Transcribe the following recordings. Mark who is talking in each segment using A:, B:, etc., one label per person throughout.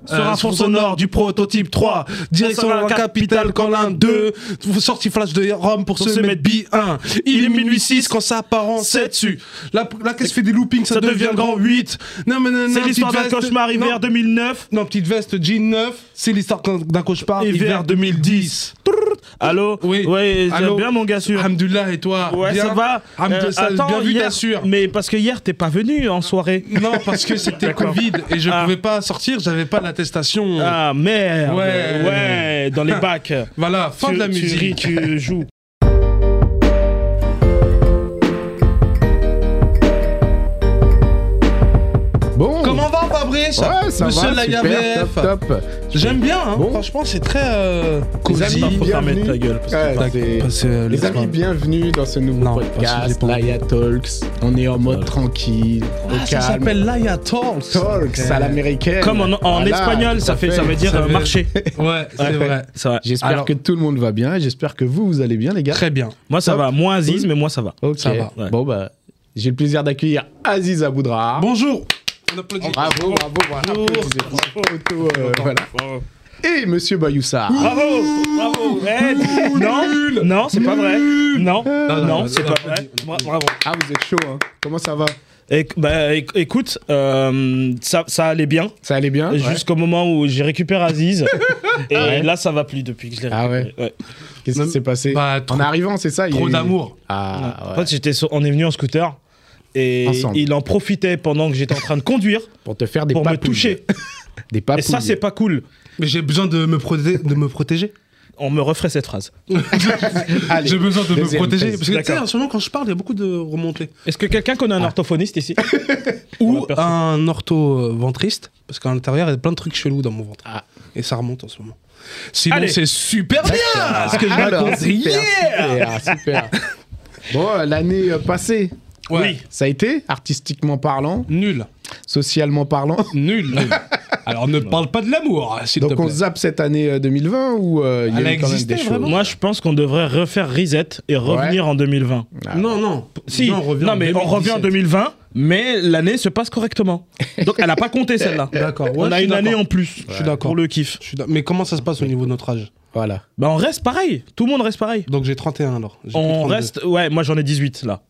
A: Euh,
B: Sur un fond sonore du prototype 3, direction la capitale quand l'un 2, sorti flash de Rome pour se mettre B1. Il est minuit 6 quand ça part en 7 dessus. La caisse fait des loopings, ça devient grand 8.
A: C'est l'histoire d'un cauchemar hiver 2009.
B: Non, petite veste jean 9, c'est l'histoire d'un cauchemar hiver 2010.
A: Allô
B: Oui.
A: Ouais, j'aime
B: Allô
A: bien mon gars sûr.
B: Alhamdoulilah et toi
A: Ouais,
B: bien
A: ça va.
B: Hamd-
A: Euh,
B: ça-
A: attends,
B: bien vu,
A: hier-
B: t'assures.
A: Mais parce que hier, t'es pas venu en soirée.
B: Non, parce que c'était
A: D'accord.
B: Covid et je
A: Ah.
B: pouvais pas sortir, j'avais pas l'attestation.
A: Ah merde.
B: Ouais.
A: Ouais, dans les bacs.
B: Voilà, fin
A: Tu-
B: de la
A: tu
B: musique.
A: ris, tu joues.
C: Bon.
B: Comment va Fabrice
C: Ouais, ça
B: Monsieur
C: va,
B: la
C: super,
B: YAVF.
C: top, top.
B: J'aime bien, hein.
C: Bon.
B: franchement, c'est très. Euh,
C: Cozy.
B: cosy.
C: Les amis,
A: Faut
C: bienvenue.
A: fermer ta gueule. parce que-
C: Ouais,
B: Tac,
C: c'est-
B: passer, euh,
C: Les
B: les
C: amis,
B: soins.
C: bienvenue dans ce nouveau
B: Non, parce que je
C: podcast,
B: l'ai pas
C: Laya Talks. On est en mode tranquille, au
B: Ah, ça
C: calme.
B: s'appelle Laya Talks. Eh.
C: Talks à l'américaine.
A: Comme en, en
C: Voilà,
A: espagnol,
C: tout
A: ça
C: à
A: fait, ça veut dire
B: Ça
A: euh,
B: veut-
A: marché.
B: Ouais, c'est
A: Ouais.
B: vrai.
A: C'est vrai.
C: J'espère
B: Alors-
C: que tout le monde va bien. J'espère que vous, vous allez bien, les gars.
B: Très bien.
A: Moi, ça
C: Top.
A: va. Moins Aziz, mais moi, ça va.
C: Ok.
B: ça va,
A: ouais.
C: Bon, bah, j'ai le plaisir d'accueillir Aziz Aboudra.
B: Bonjour. On applaudit.
C: Bravo, bravo, voilà. Photo, euh, voilà. Et Monsieur Bayoussa.
A: Bravo, bravo. Eh, non, non, c'est pas vrai.
B: non,
A: Non, non,
B: non,
A: c'est
B: non,
A: pas
B: non,
A: vrai. Bra- Bravo.
C: Ah, vous êtes chaud, hein. Comment ça va
A: Éc- bah, éc- écoute, euh, ça, ça allait bien
C: Ça allait bien
A: jusqu'au moment où j'ai récupéré Aziz. et là, ça va plus depuis que je l'ai
C: Ah
A: récupéré. Ouais.
C: Qu'est-ce qui
B: Même-
C: s'est passé
B: Bah, trop-
C: En arrivant, c'est ça il y a
B: Trop
C: eu-
B: d'amour.
C: Ah,
A: En
C: ouais.
A: fait, j'étais sur- on est venu en scooter. Et
C: Ensemble.
A: il en profitait pendant que j'étais en train de conduire
C: Pour te faire des
A: pour me
C: papouilles.
A: toucher.
C: Des
A: Et
C: papouilles.
A: ça, c'est pas cool.
B: Mais j'ai besoin de me, proté- de me protéger.
A: On me referait cette phrase.
C: Allez,
B: J'ai besoin de me
C: deuxième
B: protéger.
C: thèse.
B: Parce que tu sais,
A: D'accord.
B: en ce moment, quand je parle, il y a beaucoup de remontées.
A: Est-ce que quelqu'un connaît un orthophoniste ici
B: Ou
A: personne.
B: un ortho-ventriste. Parce qu'à l'intérieur, il y a plein de trucs chelous dans mon ventre.
C: Ah.
B: Et ça remonte en ce moment. Sinon,
A: Allez.
B: c'est super bien
C: Ah,
B: ce que je
C: alors,
B: raconte.
C: super,
A: Yeah
C: super, super. Bon, euh, l'année euh, passée,
B: Ouais.
C: ça a été artistiquement parlant,
B: Nul.
C: socialement parlant.
B: Nul. Alors, ne parle pas de l'amour, hein, s'il te
C: Donc on
B: plaît.
C: zappe cette année euh, 2020 ou euh, il y
B: Elle
C: a
B: a
C: eu quand même
B: existé,
C: des choses
B: vraiment
A: Moi, je pense qu'on devrait refaire reset et revenir en 2020.
C: Ah,
B: Non, non.
A: Si,
B: Non, on
A: non,
B: revient en
A: mais on
B: 2017.
A: revient en 2020, mais l'année se passe correctement. Donc elle n'a pas compté celle-là.
B: D'accord. Ouais,
A: on
B: je
A: a
B: suis
A: une année
B: d'accord.
A: en plus
B: Je suis d'accord.
A: pour le kiff.
B: Je suis d'ac- Mais comment ça se passe au niveau de notre âge
C: Voilà.
A: Bah on reste pareil, tout le monde reste pareil.
B: Donc j'ai 31 alors. J'ai plus
A: On
B: 32.
A: reste, ouais, moi j'en ai 18 là,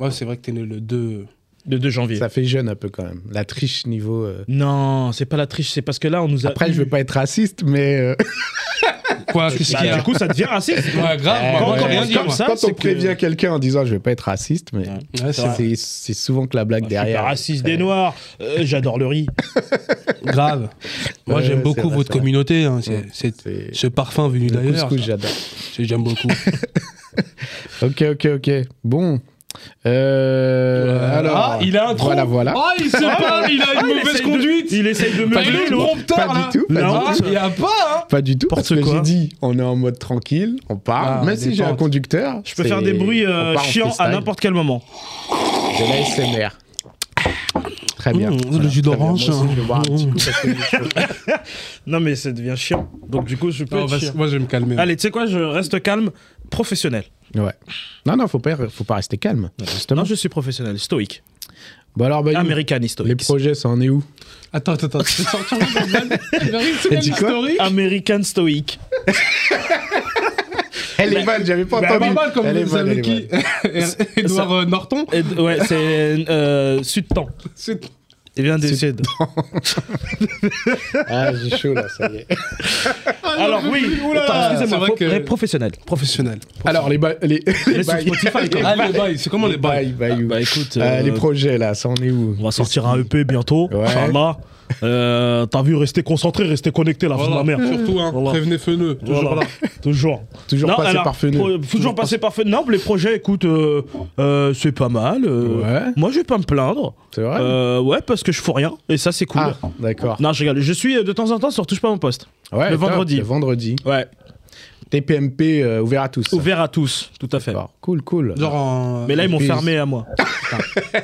B: Ouais, c'est vrai que t'es né le 2.
A: de 2 janvier.
C: Ça fait jeune un peu quand même. La triche niveau. euh.
A: Non, c'est pas la triche, c'est parce que là on nous a.
C: Après, je
A: eu.
C: veux pas être raciste, mais euh,
B: Quoi Qu'est-ce
A: Bah,
B: qu'il y a
A: du coup, ça devient raciste.
B: Ouais, grave.
C: Eh,
B: moi, moi, j'ai
C: quand on commence
B: rien dit,
A: comme
B: moi.
A: ça,
C: quand on
A: c'est que-
C: prévient quelqu'un en disant je veux pas être raciste, mais
A: Ouais.
B: Ouais, c'est vrai.
C: c'est c'est souvent que la blague
A: Je suis pas
C: derrière.
A: raciste des noirs, Euh, j'adore le riz.
B: grave. Moi,
C: Ouais,
B: j'aime
C: c'est
B: beaucoup
C: vrai,
B: votre
C: c'est vrai.
B: communauté. hein, c'est-
C: Ouais,
B: c'est-
C: c'est-
B: Ce parfum venu
C: Le
B: d'ailleurs.
C: couscous,
B: ça.
C: j'adore.
B: J'aime beaucoup.
C: Ok, ok, ok. Bon. Euh,
B: Ah,
C: alors.
B: il a un trou.
C: Voilà, voilà.
A: Oh,
B: Ah, il sait pas, il a une mauvaise
A: essaye de-
B: conduite.
A: Il essaye de me
B: Pas du
A: voler
B: tout.
A: l'autre.
C: Pas
B: là.
C: du tout. pas
A: Non.
C: du
B: Ah,
C: tout.
B: il y a pas, hein
C: Pas du tout, parce
A: N'importe
C: que
A: quoi.
C: j'ai dit, on est en mode tranquille, on parle.
B: Ah,
C: Même si j'ai un
B: détente.
C: conducteur,
A: Je peux
C: c'est-
A: faire des bruits euh,
C: on part en
A: chiants à
C: freestyle.
A: n'importe quel moment.
C: De l'ASMR. Très bien.
B: Mmh, le jus
C: Voilà, très bien.
B: d'orange,
C: Moi aussi,
B: hein.
C: je vais boire un petit coup parce que je-
A: Non mais ça devient chiant. Donc du coup, je peux
B: Non,
A: être
B: vas-y,
A: chiant.
B: Moi, je vais me calmer.
A: Allez, tu sais quoi, je reste calme, professionnel.
C: Ouais. Non, non, faut pas, faut pas rester calme,
A: Non,
C: justement.
A: Ah, je suis professionnel, stoïque,
C: Bon, alors, Bayou,
A: américain
C: les
A: stoïque.
C: projets, ça en est où
B: Attends, attends, attends. Je vais sortir mon balle. J'arrive, c'est
C: Elle dit
B: même
C: quoi
B: historique.
A: American stoïque.
C: Elle est mal, j'avais pas
B: Bah,
C: entendu.
B: normal, comme
C: Elle est
B: vous
C: bonne,
B: savez
C: elle est
B: qui Edouard euh, Norton
A: Et- Eh ben, ouais, c'est euh, Sud-Tan.
B: c'est-
A: Il vient du Sud.
C: bonne. Ah, j'ai chaud, là, ça y est.
A: Alors oui,
B: Oula,
A: attends,
B: c'est
A: excusez-moi,
B: vrai
A: pro-
B: que-
A: mais professionnel.
B: Professionnel.
C: Alors, les bails. Les, les
A: sur
C: bails.
A: Spotify, toi.
B: Ah, les bails, c'est comment les
C: Les bails,
B: bails
C: Bayou.
A: Bah écoute,
C: Euh,
A: euh,
C: les projets, là, ça en est où
A: on va sortir un EP bientôt,
C: Ouais.
A: Inch'Allah. Euh, T'as vu, rester concentré, rester connecté, la fin de la
B: Voilà,
A: merde.
B: Surtout, hein,
A: Voilà.
B: prévenez feneux. Toujours
A: Voilà.
B: là.
A: Toujours.
C: Toujours
A: Non,
C: passé
A: alors,
C: par feu
A: pro- toujours passer par feu. Non, les projets, écoute, euh, euh, c'est pas mal. euh,
C: Ouais.
A: Moi, je vais pas me plaindre.
C: C'est vrai
A: Euh, ouais, parce que je fous rien. Et ça, c'est cool.
C: Ah, d'accord.
A: Non, je rigole. Je suis euh, de temps en temps sur Touche pas mon poste.
C: Ouais,
A: le
C: top,
A: vendredi.
C: Le vendredi.
A: Ouais.
C: TPMP euh, ouvert à tous.
A: Ouvert à tous, tout à fait.
C: D'accord. Cool, cool.
B: Genre en-
A: Mais là, ils m'ont
C: Et puis-
A: fermé à moi.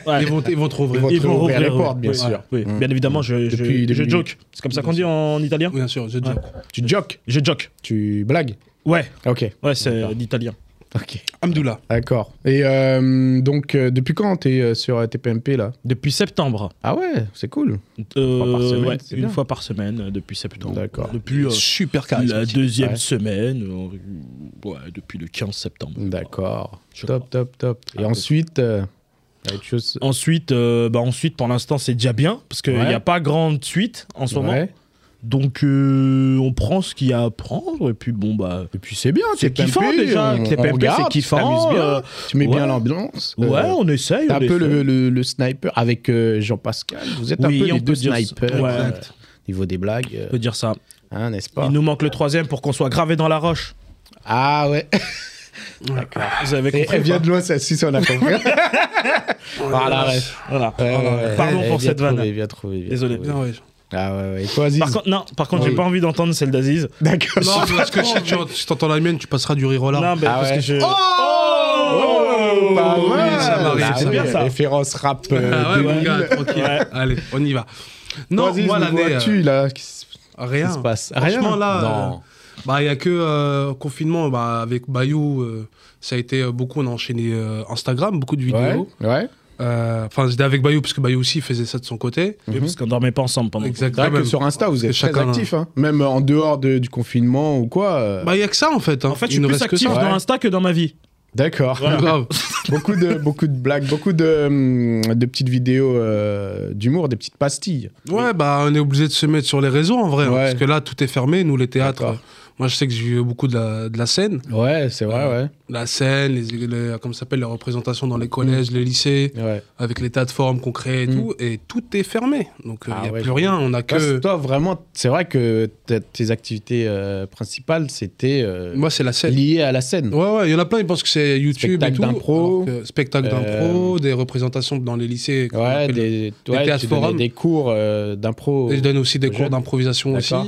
A: Ouais.
B: ils vont, ils vont te
C: Ils
B: rouvrir.
C: vont
A: Ils
C: te
A: vont
C: ouvrir les
A: rouvrir,
C: portes,
A: oui.
C: bien
A: Oui.
C: sûr. Mmh.
A: Oui, bien évidemment, je, je-
C: Depuis
A: je
C: 2008.
A: joke. C'est comme ça qu'on dit en
C: Mmh.
A: italien
B: Bien sûr, je te dis.
C: Tu jokes,
A: Je joke.
C: tu blagues.
A: Ouais,
C: Ok.
A: ouais, c'est l'italien.
C: Ok.
B: Amdoula.
C: D'accord. Et euh, donc, euh, depuis quand t'es euh, sur euh, TPMP là
A: Depuis septembre.
C: Ah ouais, c'est cool.
A: Euh,
C: par semaine,
A: ouais,
C: c'est
A: une
C: bien.
A: fois par semaine, euh, depuis septembre.
C: D'accord.
A: Depuis euh,
B: Super
A: la
B: charismatique.
A: deuxième
C: Ouais.
A: semaine, euh, ouais, depuis le 15 septembre.
C: D'accord.
A: Je Ah,
C: Top, top, top. Et ensuite, euh, t'as autre chose.
A: Ensuite, euh, bah ensuite, pour l'instant, c'est déjà bien, parce qu'il n'y
C: Ouais.
A: a pas grande suite en ce moment.
C: Ouais.
A: Donc, euh, on prend ce qu'il y a à prendre, et puis bon, bah.
C: Et puis c'est bien,
A: C'est
C: TPMP,
A: kiffant déjà,
C: on-
A: TPMP,
C: on
A: c'est
C: regarde, tu
A: kiffant,
C: t'amuses bien,
A: euh,
C: tu mets bien
A: ouais.
C: l'ambiance. euh,
A: Ouais, on essaye.
C: t'es
A: on
C: un peu
A: essaye.
C: le, le- le sniper avec euh, Jean-Pascal. Vous êtes
A: Oui,
C: un peu
A: on
C: les
A: peut
C: deux
A: dire ça.
C: snipers.
A: Ouais.
C: euh, Niveau des blagues, euh,
A: On peut dire ça.
C: hein, n'est-ce pas
A: Il nous manque le troisième pour qu'on soit gravé dans la roche.
C: Ah ouais.
A: D'accord. Vous avez
C: Et
A: compris.
C: elle vient
A: ou pas
C: de loin, celle-ci, ça on a compris. voilà, ouais.
A: Voilà.
C: Ouais,
A: Voilà.
C: ouais, ouais.
A: Pardon
C: Eh,
A: pour
C: bien
A: cette vanne.
C: trouvé, bien trouvé, bien
A: Désolé.
C: trouvé.
B: Non, ouais.
C: Ah ouais, ouais. Et toi, Aziz
A: Par contre, non, par contre,
B: Oui.
A: j'ai pas envie d'entendre celle d'Aziz.
C: D'accord.
B: Non, parce que si tu- si t'entends la mienne, tu passeras du rire au larmes.
A: Non, mais
C: Ah
A: parce
C: ouais.
A: que je.
C: Oh, Pas
B: oui,
C: mal.
B: ça m'arrive,
C: Ah
A: c'est
C: ouais,
A: bien, ça.
C: Référence rap. euh,
B: Ah ouais,
C: de-
B: mon gars, tranquille.
A: Ouais.
B: Allez, on y va. Non,
C: Toi, Aziz,
B: moi,
C: nous
B: l'année. euh,
C: vois-tu, là Qu'est-ce qui
B: Rien.
C: se passe
B: Franchement, là,
C: Non.
B: Bah, il n'y a que euh, confinement. Bah, avec Bayou, euh, ça a été euh, beaucoup. On a enchaîné euh, Instagram, beaucoup de
C: Ouais,
B: vidéos.
C: ouais.
B: Euh, Enfin, j'étais avec Bayou, parce que Bayou aussi faisait ça de son côté.
A: Oui, Parce qu'on dormait pas ensemble pendant.
C: C'est vrai
B: Exactement.
C: que sur Insta, vous êtes
B: Parce que
C: très
B: chacun-
C: actif, hein. même en dehors de- du confinement ou quoi. euh,
B: Bah, il n'y a que ça, en fait. hein.
A: En fait, je
B: Il
A: suis
B: ne
A: plus
B: reste que
A: actif
B: ça.
C: ça.
A: dans
C: Ouais.
A: Insta que dans ma vie.
C: D'accord.
B: Grave.
C: beaucoup, de, beaucoup de blagues, beaucoup de, hum, de petites vidéos euh, d'humour, des petites pastilles.
B: Ouais, bah, on est obligé de se mettre sur les réseaux, en vrai. hein,
C: Ouais.
B: parce que là, tout est fermé. Nous, les théâtres.
C: D'accord.
B: euh, moi, je sais que j'ai vu beaucoup de la, de la scène.
C: Ouais, c'est vrai,
B: La scène, les, les- comment ça s'appelle, les représentations dans les collèges, les lycées.
C: ouais. ouais.
B: avec les tas de formes qu'on crée et
C: Mm.
B: tout, et tout est fermé. Donc il
C: Ah
B: n'y a
C: ouais,
B: plus
C: je-
B: rien, on n'a
C: Toi, c'est-
B: que...
C: Toi, vraiment, c'est vrai que t'as- tes activités euh, principales, c'était euh,
B: Moi c'est la scène.
C: lié à la scène.
B: Ouais, ouais, il y en a plein, ils pensent que c'est YouTube
C: Spectacle
B: et tout.
C: d'impro.
B: alors que Spectacle
C: Euh,
B: d'impro, des représentations dans les lycées. qu'on
C: Ouais,
B: appelle-
C: des,
B: des
C: ouais,
B: théâtres
C: tu donnais
B: forums.
C: des cours euh, d'impro,
B: Et je donne aussi des
C: Jeune.
B: cours d'improvisation aussi.
C: D'accord.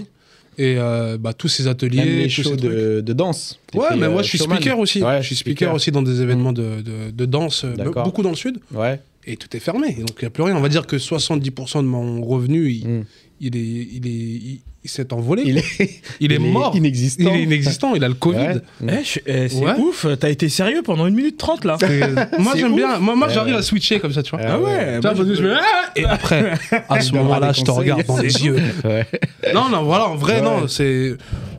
B: Et euh, bah, tous ces
C: même
B: ateliers,
C: les
B: tous
C: shows
B: ces trucs.
C: de, de danse.
B: Ouais,
C: T'étais,
B: mais moi
C: euh,
B: je suis
C: showman.
B: speaker aussi.
C: Ouais, Mm.
B: je suis speaker aussi dans des événements de, de- de danse, euh,
C: D'accord.
B: beaucoup dans le sud,
C: Ouais.
B: et tout est fermé. Donc il n'y a plus rien. On va dire que 70% de mon revenu, il,
C: Mm.
B: il est, il est, il, il s'est envolé.
C: Il
B: Il est,
C: est,
B: mort. Il
C: Inexistant. Mmh.
B: est inexistant, il a le Covid.
C: Ouais.
A: Eh, je- eh, c'est
B: Ouais.
A: ouf, t'as été sérieux pendant une minute trente là.
B: C'est- euh, moi
A: C'est
B: j'aime
A: ouf.
B: bien, moi, moi,
C: Ouais,
B: j'arrive
C: Eh ouais.
B: à switcher comme ça, tu vois.
C: Ah ouais.
B: Tu vois, parce que je me- Et
A: ah,
B: après, à ce
C: Il demande
B: moment-là,
C: des
B: je te
C: conseils.
B: regarde dans les yeux.
C: Ouais.
B: Non, non, voilà, en vrai,
C: Ouais. Mm.
B: non, c'est.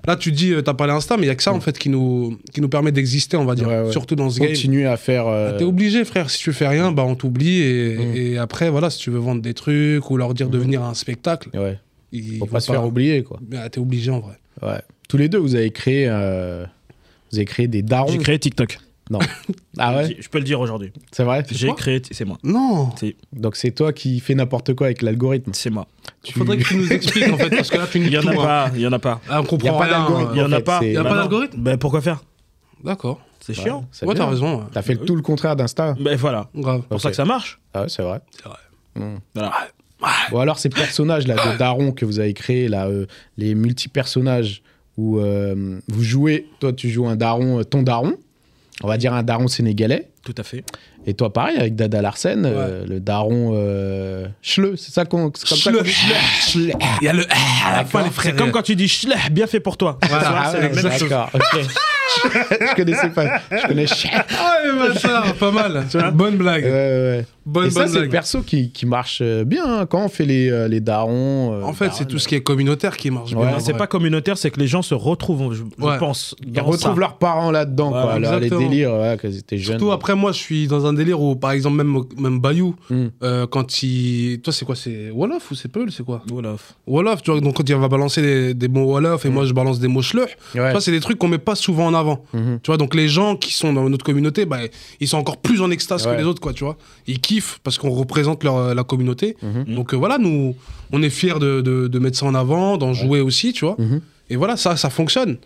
B: Là, tu dis, euh, t'as parlé Insta, mais il y a que ça, en fait, qui nous, qui nous permet d'exister, on va dire.
C: Ouais, ouais.
B: Surtout dans ce game. Bah,
C: Continuer à faire. euh,
B: T'es obligé, frère. Si tu fais rien, bah, on t'oublie. Et,
C: Mm.
B: et après, voilà, si tu veux vendre des trucs ou leur dire de venir à un spectacle,
C: Ouais.
B: ils
C: Pour
B: vont
C: pas se faire oublier, quoi.
B: Bah, T'es obligé, en vrai.
C: Ouais. Tous les deux, vous avez créé, euh, vous avez créé des darons.
A: J'ai créé TikTok.
C: Ah ouais,
A: Je- Je peux le dire aujourd'hui.
C: c'est vrai.
A: J'ai
B: quoi
A: créé, c'est moi.
B: Non
C: Donc c'est toi qui fais n'importe quoi avec l'algorithme.
A: C'est moi.
C: Tu-
B: Faudrait que tu nous expliques, en fait, parce que là, tu
A: Il
B: nous
A: y en a
B: tout, hein.
A: pas, il y en a pas.
B: Ah, on
C: Y a
B: comprend
C: pas
B: rien.
C: d'algorithme.
A: Il y en a
C: fait,
A: pas.
C: c'est-
B: Y a
A: Bah
B: pas
A: non.
B: d'algorithme
A: Bah pourquoi faire
B: D'accord.
A: C'est
C: Ouais,
A: chiant.
C: c'est
B: Ouais,
C: bien.
B: t'as raison. ouais.
C: T'as fait tout le contraire d'Insta.
D: Ben,
A: Bah voilà.
B: Grave.
A: C'est pour ça
C: Ok.
A: que ça marche.
C: Ah ouais, c'est vrai.
B: C'est vrai.
C: Mm.
A: Voilà.
C: Ou alors ces personnages là de darons que vous avez créés là, euh, les multi personnages où euh, vous jouez. Toi tu joues un daron, euh, ton daron. On va dire un daron sénégalais.
A: Tout à fait.
C: Et toi pareil avec Dada Larsen, euh, le daron euh, Schleu. C'est ça qu'on. c'est comme ça
B: Schleu.
C: qu'on dit Schleu. Schleu.
B: Il y a le eh, à la fin, les
A: C'est comme quand tu dis Schleh, bien fait pour toi.
B: Voilà,
C: Ah
A: c'est
C: ouais,
A: la même chose.
C: d'accord. ok. je connaissais pas. Je connais.
B: Ah, ouais, bah, ça, pas mal. Bonne blague.
C: Ouais, ouais.
B: Bonne,
C: Et ça,
B: bonne
C: c'est le
B: blague.
C: perso qui, qui marche euh, bien hein, quand on fait les, euh, les darons.
B: En fait, c'est tout ce qui est communautaire qui marche
C: Ah, Ouais,
B: bien. en
A: Non, c'est
B: vrai.
A: pas communautaire, c'est que les gens se retrouvent, je, je
B: Ouais.
A: pense.
C: Ils
A: dans
C: retrouvent
A: ça.
C: leurs parents là-dedans,
A: Voilà,
C: quoi, leur- les
B: exactement.
C: délires, ouais, quand ils étaient jeunes.
B: Surtout après, moi, je suis dans un délire où, par exemple, même, même Bayou,
C: Mm.
B: euh, quand il. Toi, c'est quoi C'est Wolof ou c'est Peul C'est quoi
A: Wolof.
B: Wolof, tu vois. Donc, quand il va balancer des, des mots Wolof et moi, je balance des mots Schleur,
C: Ouais.
B: tu vois, c'est des trucs qu'on met pas souvent en avant.
C: Mhm.
B: Tu vois, donc les gens qui sont dans notre communauté, bah, ils sont encore plus en extase
C: Ouais.
B: que les autres, quoi, tu vois. Ils kiffent parce qu'on représente leur, euh, la communauté.
C: Mhm.
B: Donc euh, voilà, nous, on est fiers de, de- de mettre ça en avant, d'en jouer aussi, tu vois.
C: Mhm.
B: Et voilà, ça, ça fonctionne.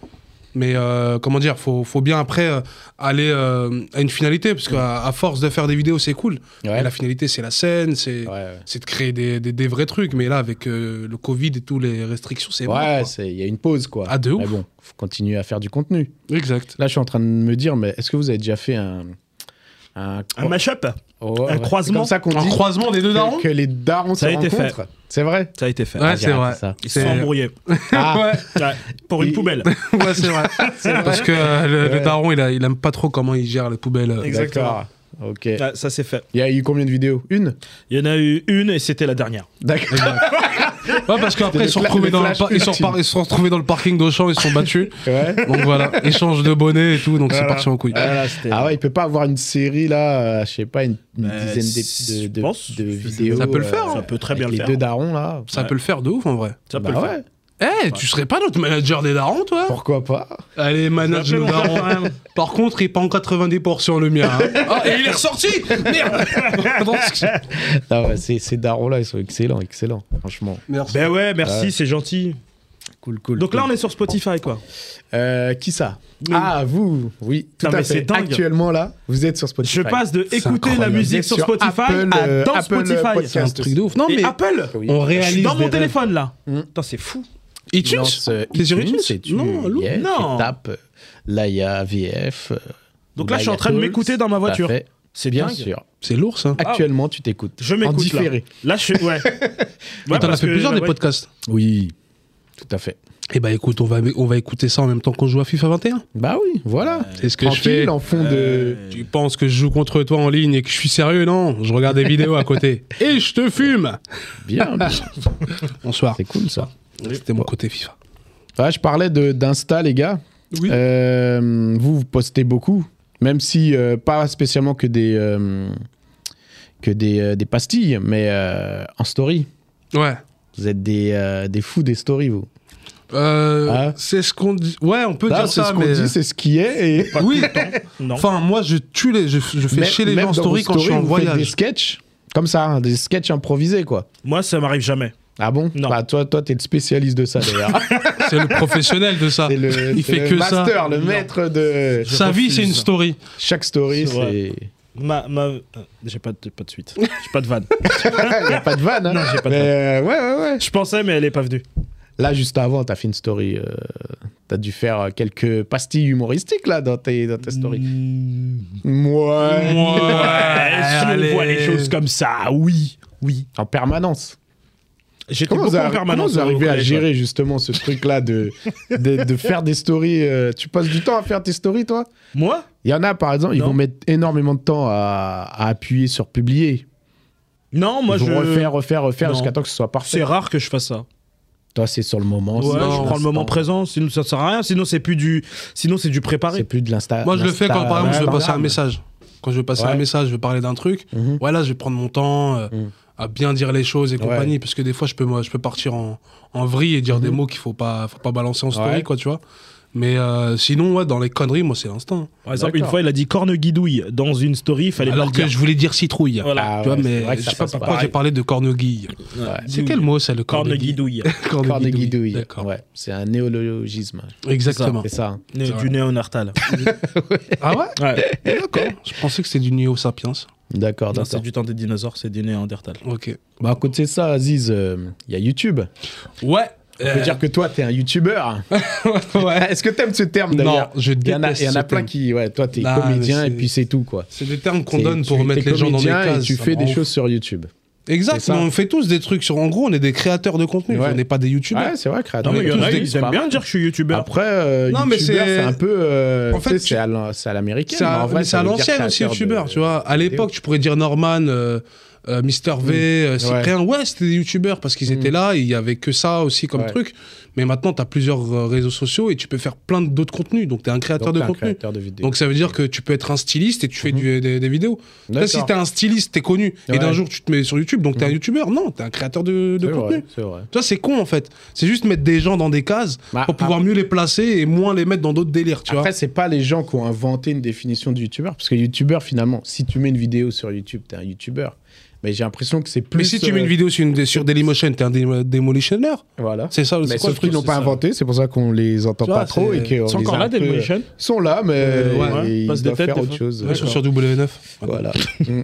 B: Mais euh, comment dire, faut, faut bien après euh, aller euh, à une finalité, parce qu'à à force de faire des vidéos, c'est cool.
C: Ouais.
B: Mais la finalité, c'est la scène, c'est
C: Ouais, ouais.
B: c'est de créer des, des- des vrais trucs. Mais là, avec euh, le Covid et toutes les restrictions, c'est mort,
C: Ouais,
B: quoi.
C: c'est- il y a une pause, quoi.
B: Ah, de ouf.
C: Mais bon, faut continuer à faire du contenu.
B: Exact.
C: Là, je suis en train de me dire, mais est-ce que vous avez déjà fait un, un,
D: Un mashup
C: oh,
D: un
C: ouais.
D: croisement.
C: C'est comme ça qu'on
B: Un
C: dit
B: croisement des deux darons
C: que, que les darons
D: Ça
C: se
D: a été fait.
C: rencontrent. C'est vrai.
D: Ça a été fait.
B: Ouais,
C: j'ai
B: c'est
C: raté
B: vrai.
C: ça.
D: Ils se
B: C'est-
D: sont embrouillés.
C: Ah,
D: Ouais, pour une
C: Il-
D: poubelle.
B: Ouais, c'est vrai. Parce que euh, le, le
C: Ouais.
B: daron, il, a- il aime pas trop comment il gère les poubelles. euh.
D: Exactement.
C: d'accord. Ok.
D: Ouais, ça c'est fait.
C: Il y a eu combien de vidéos Une
D: Il y en a eu une et c'était la dernière.
C: D'accord.
B: Ouais, parce qu'après,
C: C'était
B: ils, sont
C: le fla-
B: retrouvés
C: le
B: dans le
C: flash
B: par- ils, sont
C: ultime.
B: par- ils se sont retrouvés dans le parking d'Auchan, ils se sont battus.
C: Ouais.
B: Donc voilà, échange de bonnets et tout, donc c'est
D: Voilà.
B: parti en couille.
D: Voilà, c'était-
C: Ah ouais, il peut pas avoir une série là, euh, je sais pas, une, une
D: Euh,
C: dizaine d'ép- de, de,
D: je pense
C: de
D: que
C: vidéos. euh,
B: ça peut le faire,
D: Ça peut très
C: avec
D: bien le
C: les
D: faire.
C: deux darons là.
B: Ça
D: Ouais.
B: peut le faire de ouf en vrai.
D: Ça peut
C: Bah
D: le
C: ouais,
D: faire.
B: Eh, tu serais pas notre manager des darons, toi
C: pourquoi pas
B: Allez, manage
D: Appelons
B: nos
D: ça
B: darons.
D: quand même.
B: Par contre, il prend 90% le mien. hein. Ah, et il est ressorti Merde Attends, c'est-
C: Ah ouais, ces, ces darons là, ils sont excellents, excellents, franchement.
B: Merci.
D: Ben ouais, merci,
C: Ouais.
D: c'est gentil.
C: Cool, cool.
D: Donc là,
C: cool.
D: on est sur Spotify, quoi.
C: Euh, qui ça Ah, vous Oui, tout
D: Non,
C: à
D: mais c'est
C: fait.
D: dingue.
C: Actuellement là, vous êtes sur Spotify.
D: Je passe de écouter la
B: incroyable.
D: musique sur, Spotify
C: Apple,
D: à
C: euh,
D: dans
C: Apple
D: Spotify.
B: C'est un
C: Podcast
B: truc de ouf. Non,
D: Et
B: mais
D: Apple
C: Oui.
B: on
D: Je
B: réalise.
D: suis Mmh. dans mon
B: des rêves.
D: téléphone, là.
C: Mm.
D: Putain, c'est fou.
B: iTunes
C: lance, euh,
B: T'es sur
C: iTunes
B: iTunes
C: et tu-
B: Non, lourd.
C: yeah, Tu
D: non.
C: tapes Laïa VF. euh,
D: Donc là, je suis
C: Laïa
D: en train de
C: Tools.
D: m'écouter dans ma
C: Tout à
D: voiture.
C: fait,
D: C'est
C: Bien
D: dingue.
C: sûr.
B: C'est lourd ça.
C: Actuellement, tu t'écoutes.
D: Je
C: En
D: m'écoute, là.
C: différé.
D: Là, je suis. Ouais.
B: Mais T'en as
D: parce
B: fait
D: que bah,
B: plusieurs des
D: j'aimerais-
B: podcasts.
C: Oui, tout à fait.
B: Eh ben écoute, on va, on va écouter ça en même temps qu'on joue à FIFA 21.
C: Bah oui, voilà.
B: C'est ce Euh, que je fais. Euh.
C: Tranquille, en fond de.
D: Euh,
B: Tu penses que je joue contre toi en ligne et que je suis sérieux Non, je regarde des vidéos à côté. Et je te fume
C: Bien, bien.
B: Bonsoir.
C: c'est cool ça.
B: C'était mon côté FIFA.
C: Ah, je parlais de- d'Insta, les gars.
B: Oui.
C: Euh, vous, vous postez beaucoup, même si euh, pas spécialement que des, euh, que des, euh, des pastilles, mais euh, en story.
B: Euh, Ouais.
C: Vous êtes des, euh, des fous des stories, vous.
B: Euh,
C: Ah.
B: C'est ce qu'on dit. Ouais, on peut
C: Là,
B: dire
C: c'est
B: ça,
C: ce qu'on
B: mais. euh,
C: dit, c'est ce qui est. Et...
B: oui.
D: Non.
B: Enfin, moi, je tue les, je, je fais
C: Même-
B: chier les
C: même
B: gens en
C: dans
B: story
C: vos
B: quand je suis en
C: stories, vous faites Des
B: voyage.
C: sketchs comme ça, hein, des sketchs improvisés, quoi.
D: Moi, ça m'arrive jamais.
C: Ah bon
D: Non.
C: Bah, toi, toi, t'es le spécialiste de ça, d'ailleurs.
B: C'est le professionnel de ça.
C: T'es le,
B: Il
C: t'es
B: fait
C: le
B: que ça.
C: master, le
D: Non.
C: maître de
D: Je
B: Sa vie,
D: refuse.
B: c'est une story.
C: chaque story.
D: C'est vrai.
C: C'est.
D: Ma. ma... euh, J'ai pas, de- pas de suite. J'ai pas de vanne.
C: Il n'y a pas de vanne. Hein.
D: Non, j'ai pas de
C: Mais, euh, ouais, ouais, ouais.
D: Je pensais, mais elle est pas venue.
C: Là, juste avant, t'as fait une story. euh, t'as dû faire euh, quelques pastilles humoristiques là dans tes, dans tes stories. Ouais.
D: je
B: allez.
D: vois les choses comme ça, oui. Oui.
C: En permanence.
D: J'étais
C: Comment
D: beaucoup
C: vous,
D: en
C: arri-
D: permanence.
C: comment vous
D: au
C: arrivez à
D: collège,
C: gérer justement ce truc-là de, de, de faire des stories euh, Tu passes du temps à faire tes stories, toi
D: ouais. Moi
C: Il y en a, par exemple, ils
D: Non.
C: vont mettre énormément de temps à, à appuyer sur publier.
D: Non, moi
C: ils vont
D: je.
C: refaire, refaire, refaire
D: Non.
C: jusqu'à temps que ce soit
D: C'est
C: parfait.
D: rare que je fasse ça.
C: Toi, c'est sur le moment.
D: Ouais,
C: c'est
D: je
C: sur
D: prends le moment
C: l'instant.
D: présent, sinon ça sert à rien, sinon c'est plus du sinon c'est du
C: C'est
D: préparé.
C: plus de l'insta.
B: Moi, je le fais quand, par exemple, je veux passer un
C: l'insta-
B: message. Quand je veux passer un
C: Ouais.
B: message, je veux parler d'un truc.
C: Mhm.
B: Ouais, là, je vais prendre mon temps euh,
C: Mhm.
B: à bien dire les choses et
C: Ouais. Mm-hmm.
B: compagnie, parce que des fois, je peux, moi, je peux partir en, en vrille et dire des mots qu'il faut pas, faut pas balancer en story,
C: Ouais.
B: quoi, tu vois. Mais euh, sinon, ouais, dans les conneries, moi, c'est l'instinct.
D: Par exemple, une
C: D'accord.
D: fois, il a dit corne guidouille dans une story, il fallait pas
B: Alors
D: le
B: que
D: dire.
B: je voulais dire citrouille.
D: Voilà.
C: Ah
B: tu vois,
C: ouais, c'est
B: mais
C: vrai que
B: je
C: ça
B: sais pas
C: passe pas.
B: pourquoi j'ai parlé de corneguille.
C: Ouais.
B: C'est quel mot, ça, le
D: Corne
B: corneguille
D: guidouille.
C: Corneguidouille.
B: D'accord.
C: Ouais, c'est un néologisme.
D: Ah.
B: Exactement.
C: C'est ça. hein.
D: Né-
B: vrai.
D: du néonartal.
B: Ah ouais
D: Ouais.
B: D'accord. Je pensais que c'était du Neo Sapiens.
C: D'accord,
D: Non, c'est
C: d'accord.
D: du temps des dinosaures, c'est du néandertal.
B: Ok.
C: Bah, à côté de ça, Aziz, euh, il y a YouTube.
B: Ouais. Euh,
C: On
D: Euh.
C: peut dire que toi, t'es un YouTuber. Est-ce que t'aimes ce terme
B: Non,
C: d'ailleurs
B: je
C: Il y en a,
B: déteste.
C: il y en a
B: ce
C: plein
B: terme.
C: qui. Ouais, toi, t'es
B: Ah, mais
C: comédien et
B: c'est-
C: puis c'est tout, quoi.
B: C'est des termes qu'on
C: C'est-
B: donne pour
C: tu-
B: mettre
C: t'es
B: les gens dans des
C: comédien
B: cases.
C: Et tu
B: ça
C: fais
B: me
C: des
B: rend
C: choses sur YouTube.
B: fou. Exact.
C: C'est ça.
B: mais on fait tous des trucs sur. En gros, on est des créateurs de contenu.
C: Ouais.
B: On n'est pas des youtubeurs.
C: Ouais, c'est vrai, créateur.
D: Non, mais il y en
B: tous
D: a,
B: des-
D: ils aiment bien dire que je suis youtubeur.
C: Après, euh,
B: Non, mais
C: YouTuber,
B: c'est-
C: c'est un peu. euh,
B: En fait,
C: tu sais,
B: tu-
C: c'est à l'am- c'est à l'américaine.
B: C'est
C: mais en
B: à,
C: vrai,
B: mais c'est
C: ça
B: à
C: veut dire
B: l'ancienne aussi,
C: créateur de-
B: youtubeur. Tu vois, à l'époque, tu pourrais dire Norman, euh, euh, Mister V, euh, Cyprien. Ouais, c'était des youtubeurs parce qu'ils
C: Mm.
B: étaient là. et Il y avait que ça aussi comme
C: Ouais.
B: truc. Mais maintenant, tu as plusieurs euh, réseaux sociaux et tu peux faire plein d'autres contenus. Donc, tu es un créateur
C: Donc,
B: de
C: t'es un
B: contenu.
C: créateur de vidéos.
B: Donc, ça veut dire que tu peux être un styliste et tu fais du- des, des vidéos. Là, si
C: D'accord.
B: t'es un styliste, t'es connu. Et
C: Ouais. Mm-hmm.
B: d'un jour, tu te mets sur YouTube, donc t'es un youtubeur. Non, t'es un créateur de, de
C: C'est
B: contenu.
C: vrai, c'est vrai.
B: Ça, c'est con en fait. C'est juste mettre des gens dans des cases
C: Bah,
B: pour pouvoir mieux les placer et moins les mettre dans d'autres délires, tu
C: Après,
B: vois.
C: c'est pas les gens qui ont inventé une définition de youtubeur, parce que youtubeur, finalement, si tu mets une vidéo sur YouTube, t'es un youtubeur. Mais j'ai l'impression que c'est plus.
B: Mais si tu mets une
C: euh,
B: vidéo sur, une, sur Dailymotion, t'es un dé- démolitionneur.
C: Voilà.
B: C'est ça,
C: Mais
B: c'est quoi le
C: sauf qu'ils
B: truc
C: n'ont pas
D: ça
C: inventé, c'est pour ça qu'on les entend
B: Tu vois,
C: pas trop
B: c'est-
C: et qu'on
D: Ils sont
C: les
D: encore
C: a
D: là,
C: un peu- euh,
D: Dailymotion
C: Ils sont là, mais
B: Euh, ouais,
D: ouais,
C: ils
D: passe des
C: doivent
D: têtes,
C: faire
D: des
C: autre
D: fois.
C: chose.
B: Ouais, sur, sur W9.
C: Voilà. Mm.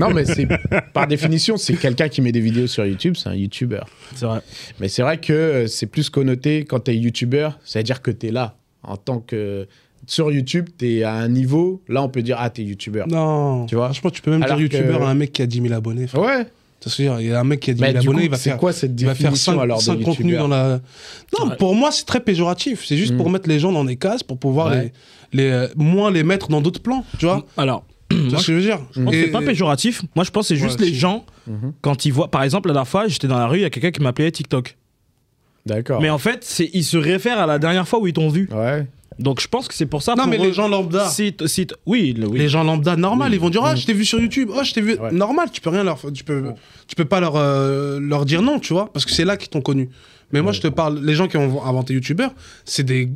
C: non, mais c'est par définition, c'est quelqu'un qui met des vidéos sur YouTube, c'est un youtubeur.
D: C'est vrai.
C: Mais c'est vrai que euh, c'est plus connoté quand t'es youtubeur, c'est-à-dire que t'es là en tant que sur YouTube, t'es à un niveau, là on peut dire, ah, t'es YouTubeur.
B: Non.
C: Tu vois
B: Franchement, tu peux même
C: Alors
B: dire
C: que-
B: youtubeur à un mec qui a 10 000 abonnés. frère.
C: Ouais,
B: Tu sais, il y a un mec qui a 10
C: mais
B: 000
C: du
B: abonnés,
C: coup,
B: il va
C: c'est
B: faire.
C: quoi cette
B: Il va faire
C: définition
B: 5,
C: alors de
B: contenus
C: youtubeur
B: dans la. Non,
C: Ouais.
B: pour moi, c'est très péjoratif. C'est juste
C: Mm.
B: pour mettre les gens dans des cases, pour pouvoir
C: Ouais.
B: les, les, euh, moins les mettre dans d'autres plans. Tu vois
A: Mm. Alors,
B: Tu vois
A: moi,
B: ce que je veux dire
A: je pense que
B: Et-
A: c'est pas péjoratif. Moi, je pense que c'est juste
B: Ouais,
A: les
B: si.
A: gens,
C: Mhm.
A: quand ils voient. Par exemple, la dernière fois, j'étais dans la rue, il y a quelqu'un qui m'appelait TikTok.
C: D'accord.
A: Mais en fait, c'est ils se réfèrent à la dernière fois où ils t'ont vu.
C: Ouais.
A: Donc, je pense que c'est pour ça.
B: Non,
A: pour
B: mais
A: eux,
B: les gens lambda.
A: si t- si t- oui, le- oui.
B: Les gens lambda, normal, ils vont dire Ah, je t'ai vu sur YouTube, oh, je t'ai vu.
C: Ouais.
B: Normal, tu peux rien leur. Tu peux, tu peux pas leur, euh, leur dire non, tu vois, parce que c'est là qu'ils t'ont connu. Mais moi, je te parle, les gens qui ont inventé YouTubeur, c'est des.